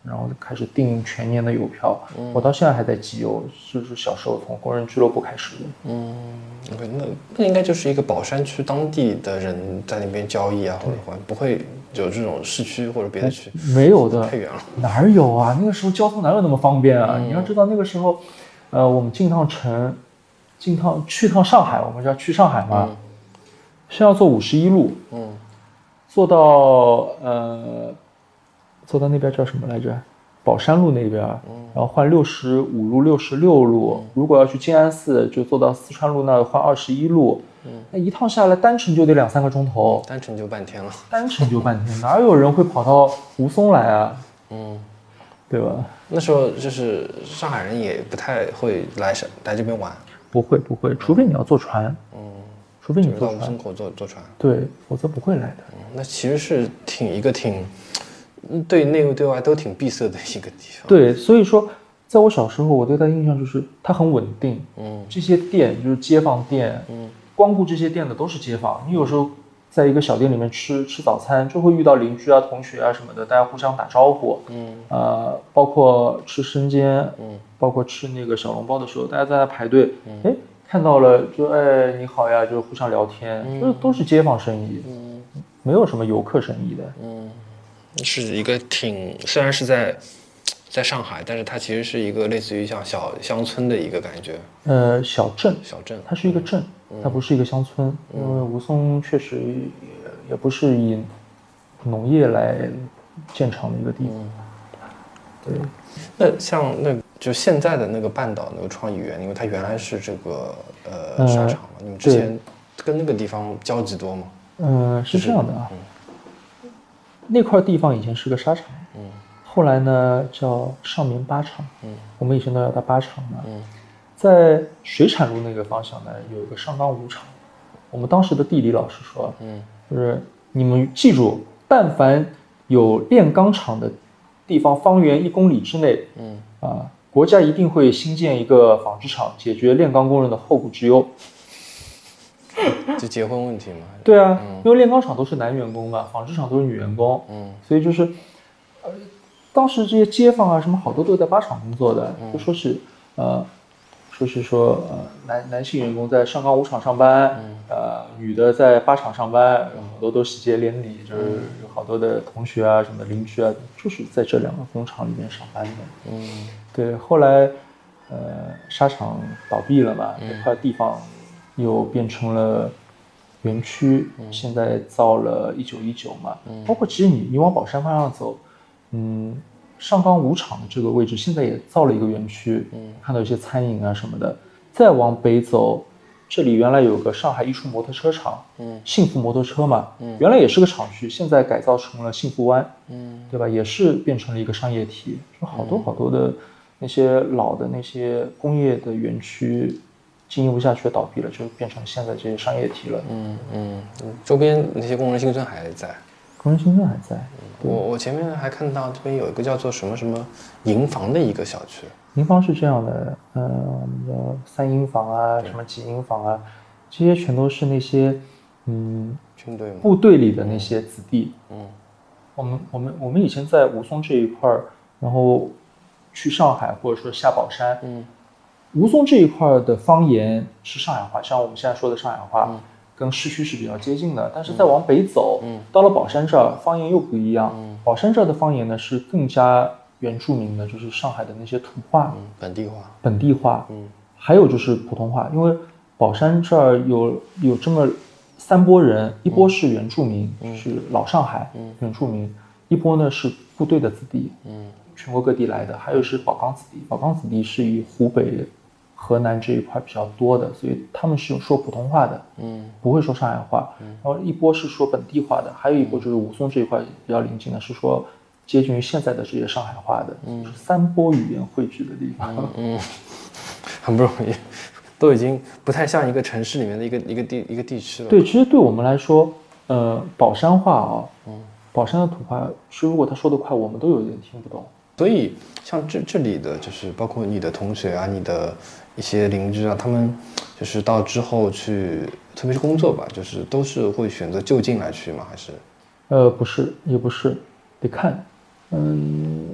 S2: 然后就开始订全年的邮票。我到现在还在集邮，就是小时候从工人俱乐部开始的。
S1: 嗯，OK，那那应该就是一个宝山区当地的人在那边交易啊，或者还不会有这种市区或者
S2: 哎
S1: 别的区，
S2: 没有的，
S1: 太远了。嗯
S2: 哪儿有啊？那个时候交通哪有那么方便啊？你要知道那个时候，呃，我们进趟城，进趟去趟上海，我们就要去上海嘛，先要坐五十一路，
S1: 嗯
S2: 坐到呃，坐到那边叫什么来着？宝山路那边，啊
S1: 嗯
S2: 然后换六十五路、六十六路。如果要去静安寺，就坐到四川路那儿换二十一路。
S1: 嗯
S2: 那一趟下来，单程就得两三个钟头，
S1: 单程就半天了。
S2: 单程就半天，哪有人会跑到吴淞来啊？
S1: 嗯，
S2: 对吧？
S1: 那时候就是上海人也不太会来上来这边玩，
S2: 不会不会，除非你要坐船，
S1: 嗯，
S2: 除非你
S1: 就是到
S2: 坐
S1: 吴
S2: 船，
S1: 淞口坐坐船。
S2: 对，否则不会来的。
S1: 嗯那其实是挺一个挺嗯对内对外都挺闭塞的一个地方。，
S2: 对，所以说，在我小时候，我对它印象就是它很稳定。
S1: 嗯
S2: 这些店就是街坊店，
S1: 嗯，
S2: 光顾这些店的都是街坊。你有时候在一个小店里面吃吃早餐，就会遇到邻居啊、同学啊什么的，大家互相打招呼。
S1: 嗯
S2: 呃，包括吃生煎，
S1: 嗯，
S2: 包括吃那个小笼包的时候，大家在那排队，哎、看到了就哎你好呀，就互相聊天，就是都是街坊生意，
S1: 嗯
S2: 没有什么游客生意的。
S1: 嗯，是一个挺虽然是在在上海，但是它其实是一个类似于像小乡村的一个感觉，
S2: 呃，小镇，
S1: 小镇。
S2: 它是一个镇，
S1: 嗯
S2: 它不是一个乡村，因为吴淞确实也也不是以农业来建厂的一个地
S1: 嗯
S2: 方。对，
S1: 那像那就现在的那个半岛那个创意园，因为它原来是这个呃
S2: 呃
S1: 沙场嘛，你们之
S2: 对
S1: 前跟那个地方交集多吗？
S2: 嗯、是这样的啊，那块地方以前是个沙场，
S1: 嗯
S2: 后来呢叫上棉八厂，
S1: 嗯
S2: 我们以前都叫它八厂嘛。
S1: 嗯
S2: 在水产路那个方向呢，有一个上港五厂，我们当时的地理老师说，
S1: 嗯
S2: 就是你们记住，但凡有炼钢厂的地方，方圆一公里之内
S1: 嗯
S2: 啊、国家一定会新建一个纺织厂，解决炼钢工人的后顾之忧。
S1: 就结婚问题嘛。
S2: 对啊，因为炼钢厂都是男员工嘛，纺织厂都是女员工，
S1: 嗯，
S2: 所以就是，呃，当时这些街坊啊什么好多都在八厂工作的，就说是，呃，说是说呃男男性员工在上钢五厂上班，呃，女的在八厂上班，然后好多都喜结连理，就是有好多的同学啊什么的邻居啊，就是在这两个工厂里面上班的，
S1: 嗯
S2: 对，后来，呃，沙场倒闭了嘛，这块地方又变成了园区，现在造了一九一九嘛，包括其实你你往宝山方向走，嗯，上钢五厂的这个位置现在也造了一个园区，嗯，看到一些餐饮啊什么的，再往北走。这里原来有个上海艺术摩托车厂，
S1: 嗯，
S2: 幸福摩托车嘛，嗯，原来也是个厂区，现在改造成了幸福湾，
S1: 嗯
S2: 对吧？也是变成了一个商业体，就好多好多的那些老的那些工业的园区经营不下去倒闭了，就变成现在这些商业体了。
S1: 嗯嗯，周边那些工人新村还在。
S2: 工人新村还在，
S1: 我我前面还看到这边有一个叫做什么什么营房的一个小区，
S2: 银房是这样的，嗯、我们的三银房啊，什么几银房啊，这些全都是那些嗯
S1: 军队嘛。
S2: 部队里的那些子弟。
S1: 嗯
S2: 我们我们我们以前在武松这一块儿，然后去上海或者说下宝山，
S1: 嗯
S2: 吴淞这一块儿的方言是上海话，像我们现在说的上海话，跟市区是比较接近的。但是再往北走，
S1: 嗯
S2: 到了宝山这儿，方言又不一样。
S1: 嗯
S2: 宝山这儿的方言呢是更加原住民的，就是上海的那些土话、
S1: 嗯，本地化。
S2: 本地话，
S1: 嗯
S2: 还有就是普通话。因为宝山这儿有有这么三波人，一波是原住民，
S1: 嗯
S2: 就是老上海、原住民；一波呢是部队的子弟，
S1: 嗯
S2: 全国各地来的，还有是宝钢子弟，宝钢子弟是以湖北、河南这一块比较多的，所以他们是说普通话的，
S1: 嗯
S2: 不会说上海话。然后一波是说本地话的，还有一波就是武松这一块比较临近的，是说接近于现在的这些上海话的，就是三波语言汇聚的地方。
S1: 嗯， 很不容易， 都已经不太像一个城市里面的一个一个地一个地区了。
S2: 对，其实对我们来说，呃，宝山话啊、宝山的土话，其实如果他说得快，我们都有点听不懂。
S1: 所以，像这这里的，就是包括你的同学啊，你的一些邻居啊，他们就是到之后去，特别是工作吧，就是都是会选择就近来去吗？还是
S2: 呃，不是，也不是，得看。嗯，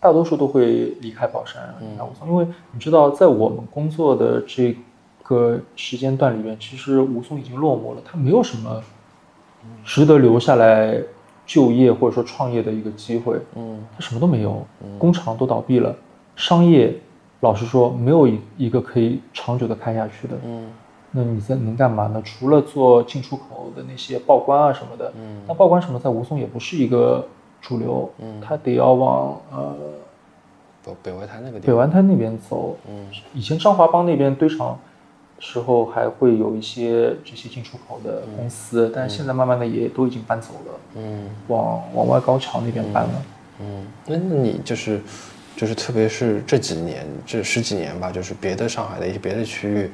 S2: 大多数都会离开宝山，啊离开武松，因为你知道，在我们工作的这个时间段里面，其实武松已经落寞了，他没有什么值得留下来就业或者说创业的一个机会。
S1: 嗯
S2: 他什么都没有，工厂都倒闭了，商业老实说没有一一个可以长久的开下去的。
S1: 嗯
S2: 那你在能干嘛呢？除了做进出口的那些报关啊什么的，
S1: 嗯
S2: 那报关什么在吴淞也不是一个主流，
S1: 嗯
S2: 它得要往呃
S1: 北北外滩那个地
S2: 北
S1: 方？
S2: 湾滩那边走。
S1: 嗯
S2: 以前张华帮那边堆场时候还会有一些这些进出口的公司，但是现在慢慢的也都已经搬走了，
S1: 嗯
S2: 往往外高桥那边搬了。
S1: 嗯，那那你就是就是特别是这几年这十几年吧，就是别的上海的一些别的区域，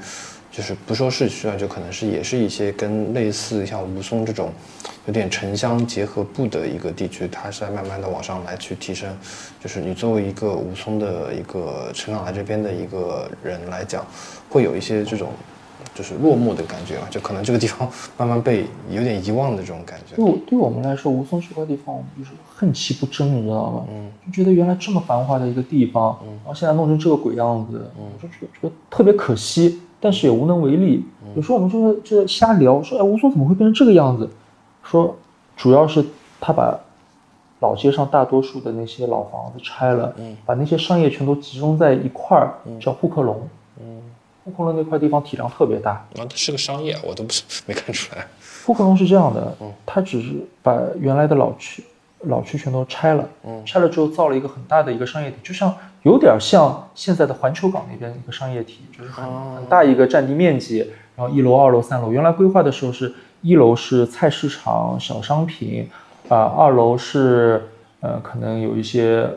S1: 就是不说市区啊，就可能是也是一些跟类似像吴淞这种有点城乡结合部的一个地区，它是在慢慢的往上来去提升。就是你作为一个吴淞的一个成长来这边的一个人来讲，会有一些这种。就是落寞的感觉嘛，就可能这个地方 慢慢被有点遗忘的这种感觉
S2: 对。我对我们来说，吴淞这块地方，我们就是恨其不争，你知道吗？
S1: 嗯
S2: 就觉得原来这么繁华的一个地方，然后现在弄成这个鬼样子，我就觉得觉得特别可惜，但是也无能为力。有时候我们就是这瞎聊，说哎，吴淞怎么会变成这个样子？说主要是他把老街上大多数的那些老房子拆了，把那些商业全都集中在一块儿，叫沪客隆。沪客隆那块地方体量特别大，
S1: 啊，它是个商业，我都不是没看出来。
S2: 富克隆是这样的，它只是把原来的老区老区全都拆了，拆了之后造了一个很大的一个商业体，就像有点像现在的环球港那边一个商业体，就是很很大一个占地面积，然后一楼、二楼、三楼，原来规划的时候是一楼是菜市场、小商品，啊、二楼是呃可能有一些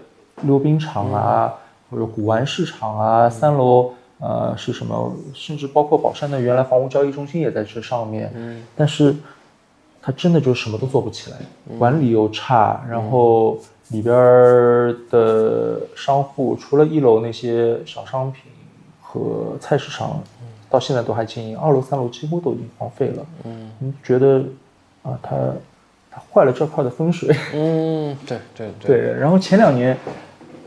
S2: 溜冰场啊，或者古玩市场啊，三楼呃是什么？甚至包括宝山的原来房屋交易中心也在这上面，嗯、但是它真的就什么都做不起来，管理又差，然后里边儿的商户除了一楼那些小商品和菜市场，到现在都还经营，二楼三楼几乎都已经荒废了。嗯，你觉得啊，它它坏了这块的风水。
S1: 嗯，对对对，
S2: 对，然后前两年，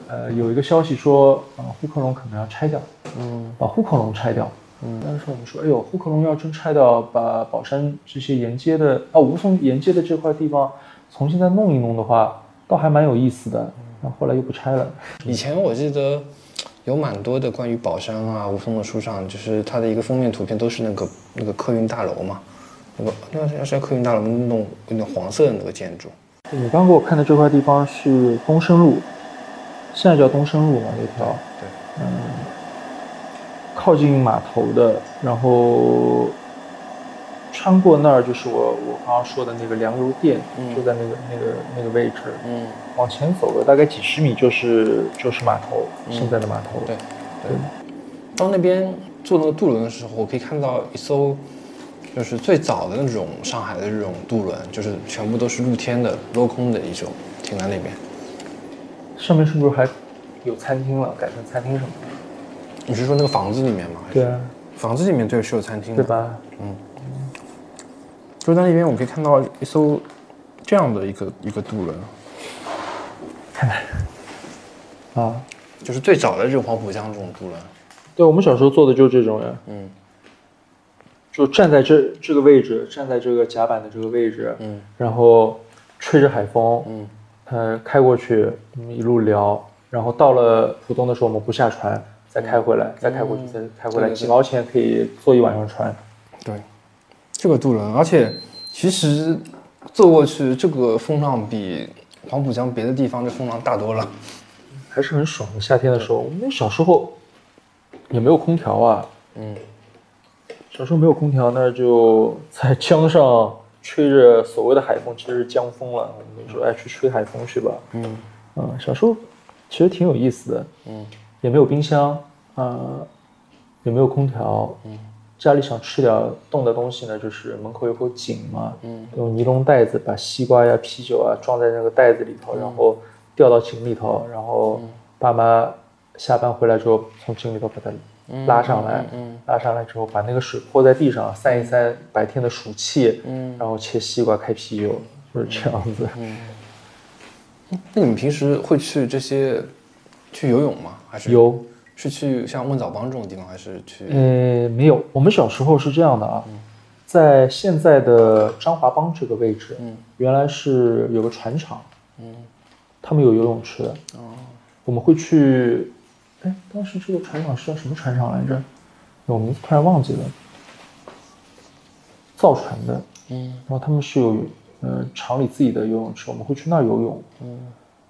S2: 呃，有一个消息说，啊、呃，虎克龙可能要拆掉，
S1: 嗯
S2: 把虎口龙拆掉。嗯，当时我们说，哎呦，虎口龙要真拆掉，把宝山这些沿街的啊，吴淞沿街的这块地方重新再弄一弄的话，倒还蛮有意思的。那后来又不拆了。
S1: 以前我记得有蛮多的关于宝山啊、吴淞的书上，就是它的一个封面图片都是那个那个客运大楼嘛，那个那要是客运大楼那种那种黄色的那个建筑，
S2: 你刚给我看的这块地方是东升路，现在叫东升路嘛，这条
S1: 对，
S2: 靠近码头的，然后穿过那儿就是我我刚刚说的那个粮油店，
S1: 嗯
S2: 就在那个那个那个位置。
S1: 嗯，
S2: 往前走了大概几十米就是就是码头，现在的码头。
S1: 对，
S2: 对
S1: 到那边坐那个渡轮的时候，我可以看到一艘，就是最早的那种上海的这种渡轮，就是全部都是露天的、镂空的一种，停在那边。
S2: 上面是不是还有餐厅了？改成餐厅什么的？
S1: 你是说那个房子里面吗？还是，
S2: 啊，
S1: 房子里面对是有餐厅的，
S2: 对？吧？
S1: 就在那边，我们可以看到一艘这样的一个一个渡轮，
S2: 啊，
S1: 就是最早的这种黄浦江这种渡轮。
S2: 对，我们小时候做的就是这种呀，
S1: 嗯
S2: 就站在这这个位置，站在这个甲板的这个位置，
S1: 嗯
S2: 然后吹着海风，
S1: 嗯
S2: 呃，开过去，我们一路聊，然后到了浦东的时候，我们不下船，再开回来，再开过去，再开回
S1: 嗯对
S2: 来，
S1: 对对
S2: 几毛钱可以坐一晚上船。
S1: 对，这个渡轮，而且其实坐过去，这个风浪比黄浦江别的地方这风浪大多了。
S2: 还是很爽的。夏天的时候，我们小时候也没有空调啊，
S1: 嗯，
S2: 小时候没有空调，那就在江上吹着所谓的海风，其实是江风了。我们就说，哎，去吹海风去吧。
S1: 嗯
S2: 嗯，小时候其实挺有意思的，
S1: 嗯
S2: 也没有冰箱，呃，也没有空调，啊
S1: 嗯
S2: 家里想吃点冻的东西呢，就是门口有口井嘛，
S1: 嗯，
S2: 用尼龙袋子把西瓜呀、啤酒啊装在那个袋子里头，然后掉到井里头，然
S1: 嗯
S2: 后爸妈下班回来之后从井里头把它拉上来，
S1: 嗯
S2: 拉上来之后把那个水泼在地上散一散白天的暑气，
S1: 嗯
S2: 然后切西瓜开啤酒，就是这样子。
S1: 那你们平时会去这些去游泳吗？还是
S2: 有
S1: 是去像问早帮这种地方，还是去？
S2: 呃，没有。我们小时候是这样的啊，在现在的张华浜这个位置，
S1: 嗯
S2: 原来是有个船厂，
S1: 嗯
S2: 他们有游泳池的。
S1: 哦
S2: 我们会去，哎，当时这个船厂是叫什么船厂来着？我名字突然忘记了。造船的，
S1: 嗯
S2: 然后他们是有呃厂里自己的游泳池，我们会去那儿游泳。
S1: 嗯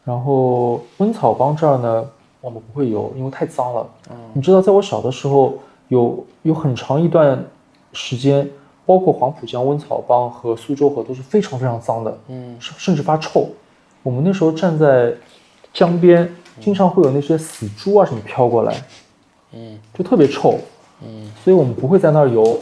S2: 然后温草帮这儿呢，我们不会游，因为太脏了。
S1: 嗯
S2: 你知道，在我小的时候，有有很长一段时间，包括黄浦江、温草帮和苏州河都是非常非常脏的，
S1: 嗯
S2: 甚甚至发臭。我们那时候站在江边，经常会有那些死猪啊什么飘过来，
S1: 嗯
S2: 就特别臭。
S1: 嗯
S2: 所以我们不会在那儿游。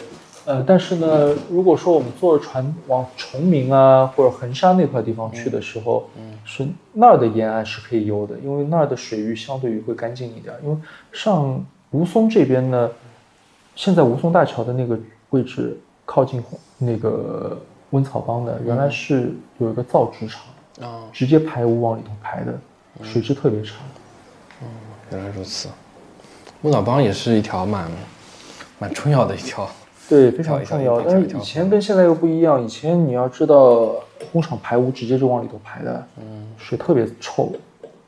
S2: 呃，但是呢，如果说我们坐着船往崇明啊或者衡山那块地方去的时候，
S1: 嗯
S2: 是那儿的沿岸是可以游的，因为那儿的水域相对于会干净一点。因为上吴淞这边呢，现在吴淞大桥的那个位置靠近那个温草帮的，原来是有一个造纸厂，
S1: 哦，
S2: 直接排污往里头排的，
S1: 嗯
S2: 水质特别差。
S1: 原来如此。问早帮也是一条蛮蛮重要的一条。
S2: 对，非
S1: 跳
S2: 常
S1: 一跳一
S2: 重要。
S1: 跳
S2: 但
S1: 一
S2: 是
S1: 跳
S2: 以前跟现在又不一样，以前你要知道，工厂排污直接就往里头排的，
S1: 嗯
S2: 水特别臭，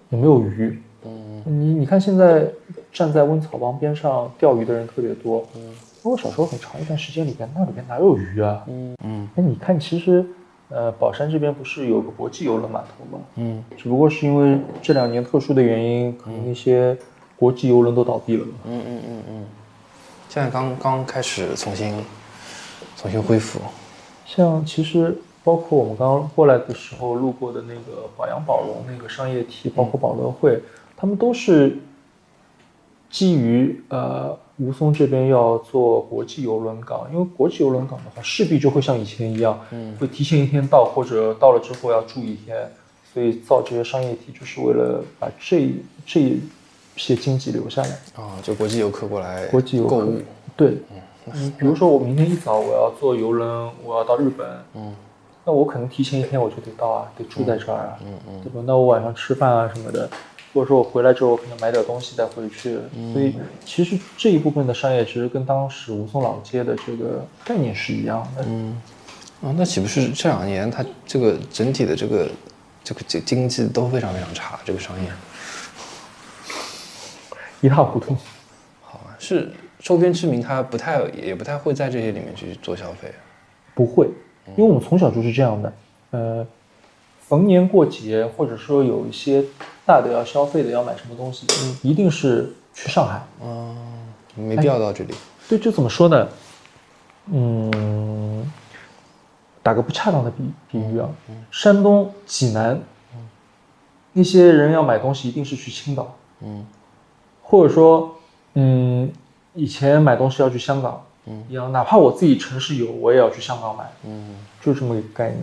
S2: 也没有鱼。
S1: 嗯
S2: 你你看现在站在温草帮边上钓鱼的人特别多。
S1: 嗯
S2: 我小时候很长一段时间里边，那里边哪有鱼啊？
S1: 嗯嗯
S2: 哎，你看，其实，呃，宝山这边不是有个国际游轮码头吗？
S1: 嗯
S2: 只不过是因为这两年特殊的原因，可能那些国际游轮都倒闭了嘛。
S1: 嗯嗯嗯嗯，现在刚刚开始重新重新恢复。
S2: 像其实包括我们刚刚过来的时候路过的那个宝阳宝龙那个商业体，包括宝乐汇，他们都是基于呃吴淞这边要做国际邮轮港，因为国际邮轮港的话，势必就会像以前一样，
S1: 嗯
S2: 会提前一天到，或者到了之后要住一天，所以造这些商业体就是为了把这这一些经济留下来。
S1: 啊，就国际游客过来
S2: 国际游客
S1: 购物。
S2: 对，你比如说，我明天一早我要坐游轮，我要到日本，
S1: 嗯，
S2: 那我可能提前一天我就得到啊，得住在这儿啊，嗯嗯，对吧？那我晚上吃饭啊什么的，或者说我回来之后我可能买点东西再回去，所以其实这一部分的商业其实跟当时吴淞老街的这个概念是一样的，嗯，
S1: 啊，那岂不是这两年它这个整体的这个这个经经济都非常非常差？这个商业，
S2: 一塌糊涂。
S1: 好吧，是周边居民他不太也不太会在这些里面去做消费。啊
S2: 不会，因为我们从小就是这样的。呃，逢年过节，或者说有一些大的要消费的，要买什么东西，一定是去上海。
S1: 嗯，没必要到这里。
S2: 对，这怎么说呢？嗯，打个不恰当的比比喻啊，山东济南，那些人要买东西一定是去青岛，
S1: 嗯
S2: 或者说，嗯，以前买东西要去香港，
S1: 嗯，
S2: 一样，哪怕我自己城市有，我也要去香港买，
S1: 嗯
S2: 就这么一个概念，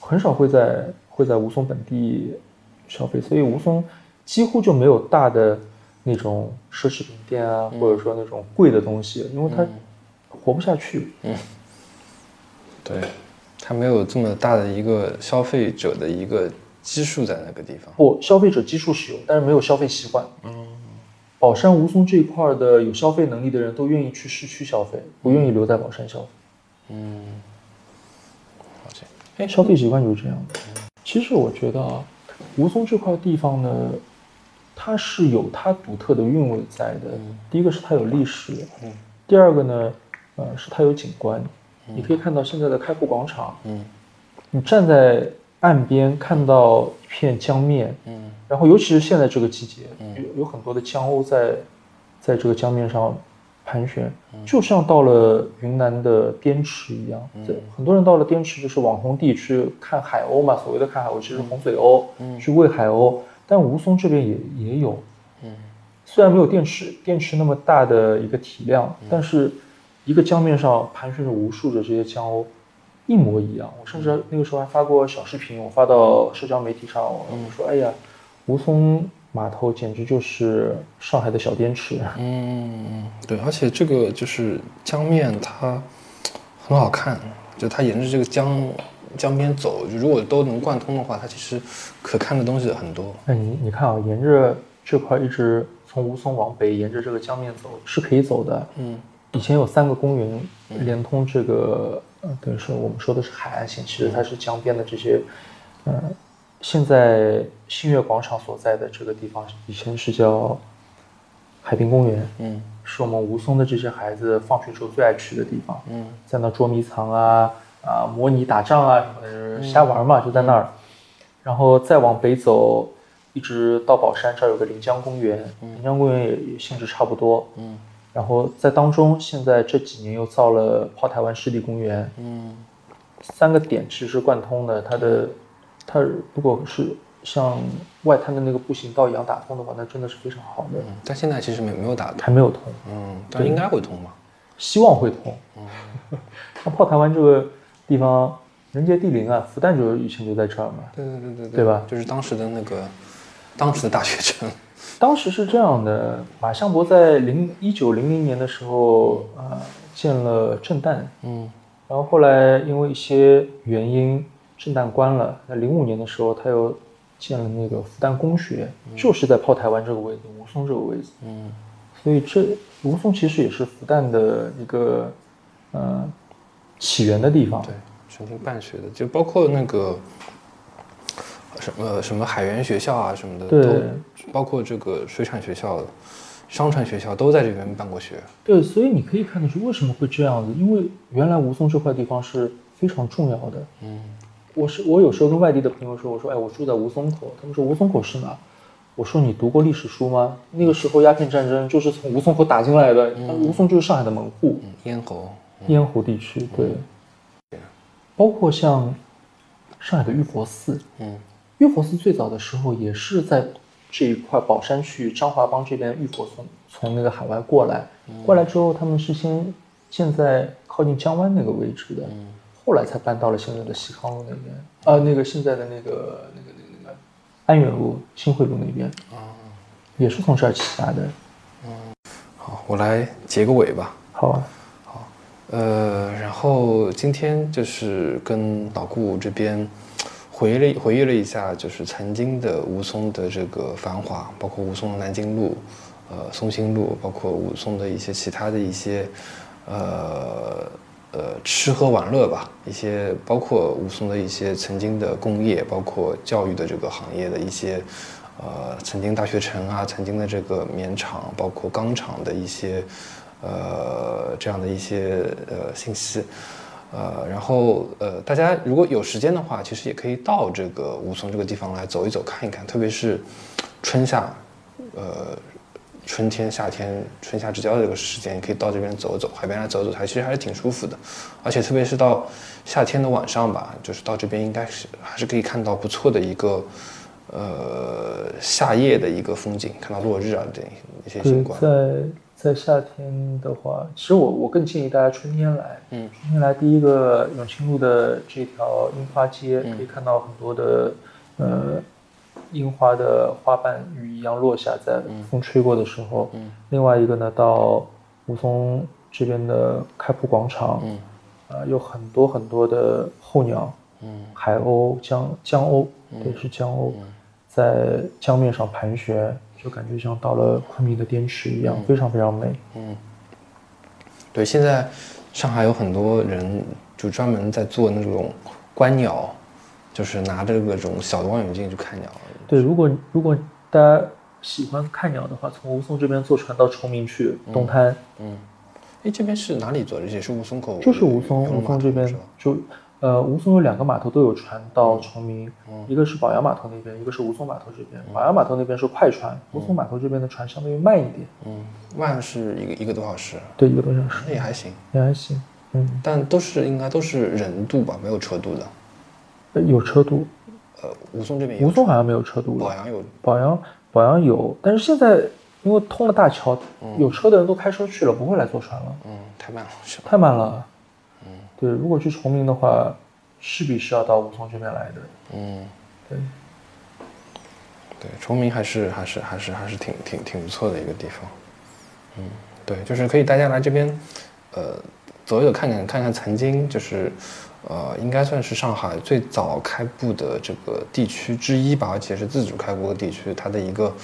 S2: 很少会在会在吴淞本地消费，所以吴淞几乎就没有大的那种奢侈品店啊，或者说那种贵的东西，因为它活不下去。
S1: 嗯，对，他没有这么大的一个消费者的一个基数在那个地方。
S2: 不，消费者基数是有，但是没有消费习惯。宝山、吴淞这一块儿的有消费能力的人都愿意去市区消费，不愿意留在宝山消费。
S1: 嗯好这样
S2: 哎，消费习惯就是这样的。其实我觉得啊，吴淞这块地方呢，它是有它独特的韵味在的。第一个是它有历史，第二个呢，呃，是它有景观。你可以看到现在的开埠广场，
S1: 嗯
S2: 你站在岸边看到一片江面，
S1: 嗯
S2: 然后尤其是现在这个季节，有有很多的江鸥在在这个江面上盘旋，就像到了云南的滇池一样。这很多人到了滇池就是网红地去看海鸥嘛，所谓的看海鸥其实是红嘴鸥，去喂海鸥。但吴淞这边也也有，
S1: 嗯
S2: 虽然没有电池电池那么大的一个体量，但是一个江面上盘旋着无数的这些江鸥，一模一样。我甚至那个时候还发过小视频，我发到社交媒体上，我说：“哎呀，吴淞码头简直就是上海的小滇池。
S1: 嗯，对，而且这个就是江面，它很好看，就它沿着这个江江边走，就如果都能贯通的话，它其实可看的东西很多。
S2: 哎，你你看啊，沿着这块一直从吴淞往北，沿着这个江面走是可以走的。
S1: 嗯
S2: 以前有三个公园连通这个，呃，等于说我们说的是海岸线，其实它是江边的这些，呃，现在新月广场所在的这个地方，以前是叫海滨公园，
S1: 嗯
S2: 是我们吴淞的这些孩子放学之后最爱去的地方，
S1: 嗯
S2: 在那捉迷藏啊啊，模拟打仗啊什么的，就是瞎玩嘛，就在那儿。然后再往北走，一直到宝山这儿有个临江公园，临江公园也也性质差不多，
S1: 嗯
S2: 然后在当中，现在这几年又造了炮台湾湿地公园，
S1: 嗯
S2: 三个点其实是贯通的。它的，它如果是像外滩的那个步行道一样打通的话，那真的是非常好的。
S1: 嗯，但现在其实没没有打通，
S2: 还没有通，
S1: 嗯，但应该会通吧？
S2: 希望会通。 那炮台湾这个地方人杰地灵啊，复旦就以前就在这儿嘛。
S1: 对对对对对，
S2: 对吧？
S1: 就是当时的那个当时的大学城。
S2: 当时是这样的，马相伯在零一九零零年的时候，呃，建了震旦，
S1: 嗯
S2: 然后后来因为一些原因，震旦关了。那零五年的时候，他又建了那个复旦公学，就是在炮台湾这个位置，吴淞这个位置。
S1: 嗯
S2: 所以这吴淞其实也是复旦的一个呃起源的地方。
S1: 对，啊神经办学的，就包括那个什么什么海员学校啊什么的，
S2: 对
S1: 都包括这个水产学校、商船学校都在这边办过学。
S2: 对，所以你可以看得出为什么会这样子，因为原来吴淞这块地方是非常重要的。
S1: 嗯
S2: 我是我有时候跟外地的朋友说，我说哎，我住在吴淞口，他们说吴淞口是哪？我说你读过历史书吗？那个时候鸦片战争就是从吴淞口打进来的，吴淞就是上海的门户，
S1: 嗯，咽喉，
S2: 咽喉地区对，包括像上海的玉佛寺，
S1: 嗯
S2: 玉佛寺最早的时候也是在这一块宝山区张华帮这边玉佛从从那个海外过来，过来之后他们是先建在靠近江湾那个位置的，后来才搬到了现在的西康路那边，呃，那个现在的那个那个那个那个安远路新会路那边，也是从这儿起家的。
S1: 好，我来结个尾吧。
S2: 好啊，
S1: 呃，然后今天就是跟老顾这边回了回忆了一下，就是曾经的吴淞的这个繁华，包括吴淞的南京路、呃松兴路，包括吴淞的一些其他的一些呃呃吃喝玩乐吧，一些包括吴淞的一些曾经的工业，包括教育的这个行业的一些。呃，曾经大学城啊，曾经的这个棉厂，包括钢厂的一些，呃，这样的一些呃信息，呃，然后呃，大家如果有时间的话，其实也可以到这个吴淞这个地方来走一走、看一看，特别是春夏，呃，春天、夏天、春夏之交的这个时间，可以到这边走走，海边来走走，还其实还是挺舒服的，而且特别是到夏天的晚上吧，就是到这边应该是还是可以看到不错的一个。呃夏夜的一个风景，看到落日啊这一些
S2: 对
S1: 景，观。
S2: 在在夏天的话，其实我我更建议大家春天来。
S1: 嗯，
S2: 春天来，第一个永清路的这条樱花街，
S1: 嗯
S2: 可以看到很多的呃樱花的花瓣雨一样落下，在风吹过的时候。
S1: 嗯
S2: 另外一个呢，到吴淞这边的开普广场，
S1: 嗯
S2: 呃，有很多很多的候鸟，
S1: 嗯
S2: 海鸥、江江鸥，对，是江鸥，在江面上盘旋，就感觉像到了昆明的滇池一样，非常非常美。
S1: 嗯，对，现在上海有很多人就专门在做那种观鸟，就是拿着各种小的望远镜去看鸟。
S2: 对，如果如果大家喜欢看鸟的话，从吴淞这边坐船到崇明去，东滩、
S1: 嗯，哎，这边是哪里做的？也是吴淞口，
S2: 就是吴淞，
S1: 有个
S2: 吴
S1: 码头
S2: 淞这边
S1: 是吧
S2: 就。呃，吴淞有两个码头都有船到崇明，
S1: 嗯
S2: 一个是宝阳码头那边，一个是吴淞码头这边。宝阳码头那边是快船，吴淞码头这边的船相对于慢一点，
S1: 嗯，万是一个一个多小时，
S2: 对，一个多小时
S1: 那也还行，
S2: 也还行。嗯，
S1: 但都是应该都是人渡吧，没有车渡的。
S2: 呃有车渡，
S1: 呃，吴淞这边
S2: 吴
S1: 有，
S2: 淞好像没有车渡了
S1: 宝。阳有，
S2: 宝阳宝阳有，但是现在因为通了大桥，有车的人都开车去了，不会来坐船了，
S1: 嗯，太慢了，是吧？
S2: 太慢了。对，如果去崇明的话，势必是要到吴淞这边来的。
S1: 嗯。
S2: 对，
S1: 对，崇明还是还是还是还是挺挺挺不错的一个地方。嗯，对，就是可以大家来这边，呃，走一走看看看看曾经就是，呃，应该算是上海最早开埠的这个地区之一吧，而且是自主开埠的地区，它的一个。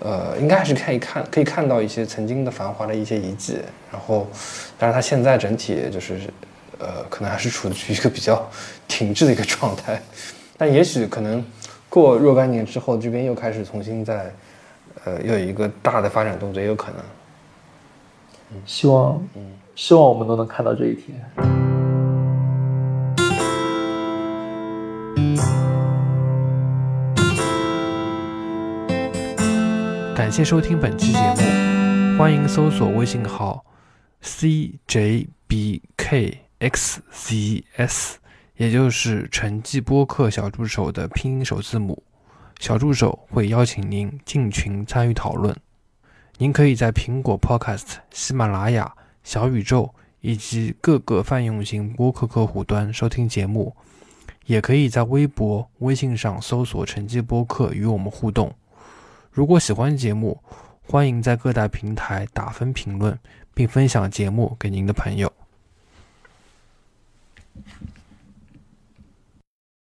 S1: 呃，应该还是可以看，可以看到一些曾经的繁华的一些遗迹，然后，但是它现在整体就是，呃，可能还是处于一个比较停滞的一个状态， 但也许可能过若干年之后，这边又开始重新在，呃，又有一个大的发展动作，也有可能。
S2: 希望希望我们都能看到这一天。
S3: 感谢收听本期节目，欢迎搜索微信号 cjbkxzs，也就是城际播客小助手的拼音首字母。小助手会邀请您进群参与讨论。您可以在苹果 Podcast、喜马拉雅、小宇宙以及各个泛用型播客客户端收听节目，也可以在微博、微信上搜索“城际播客”与我们互动。如果喜欢节目，欢迎在各大平台打分评论，并分享节目给您的朋友。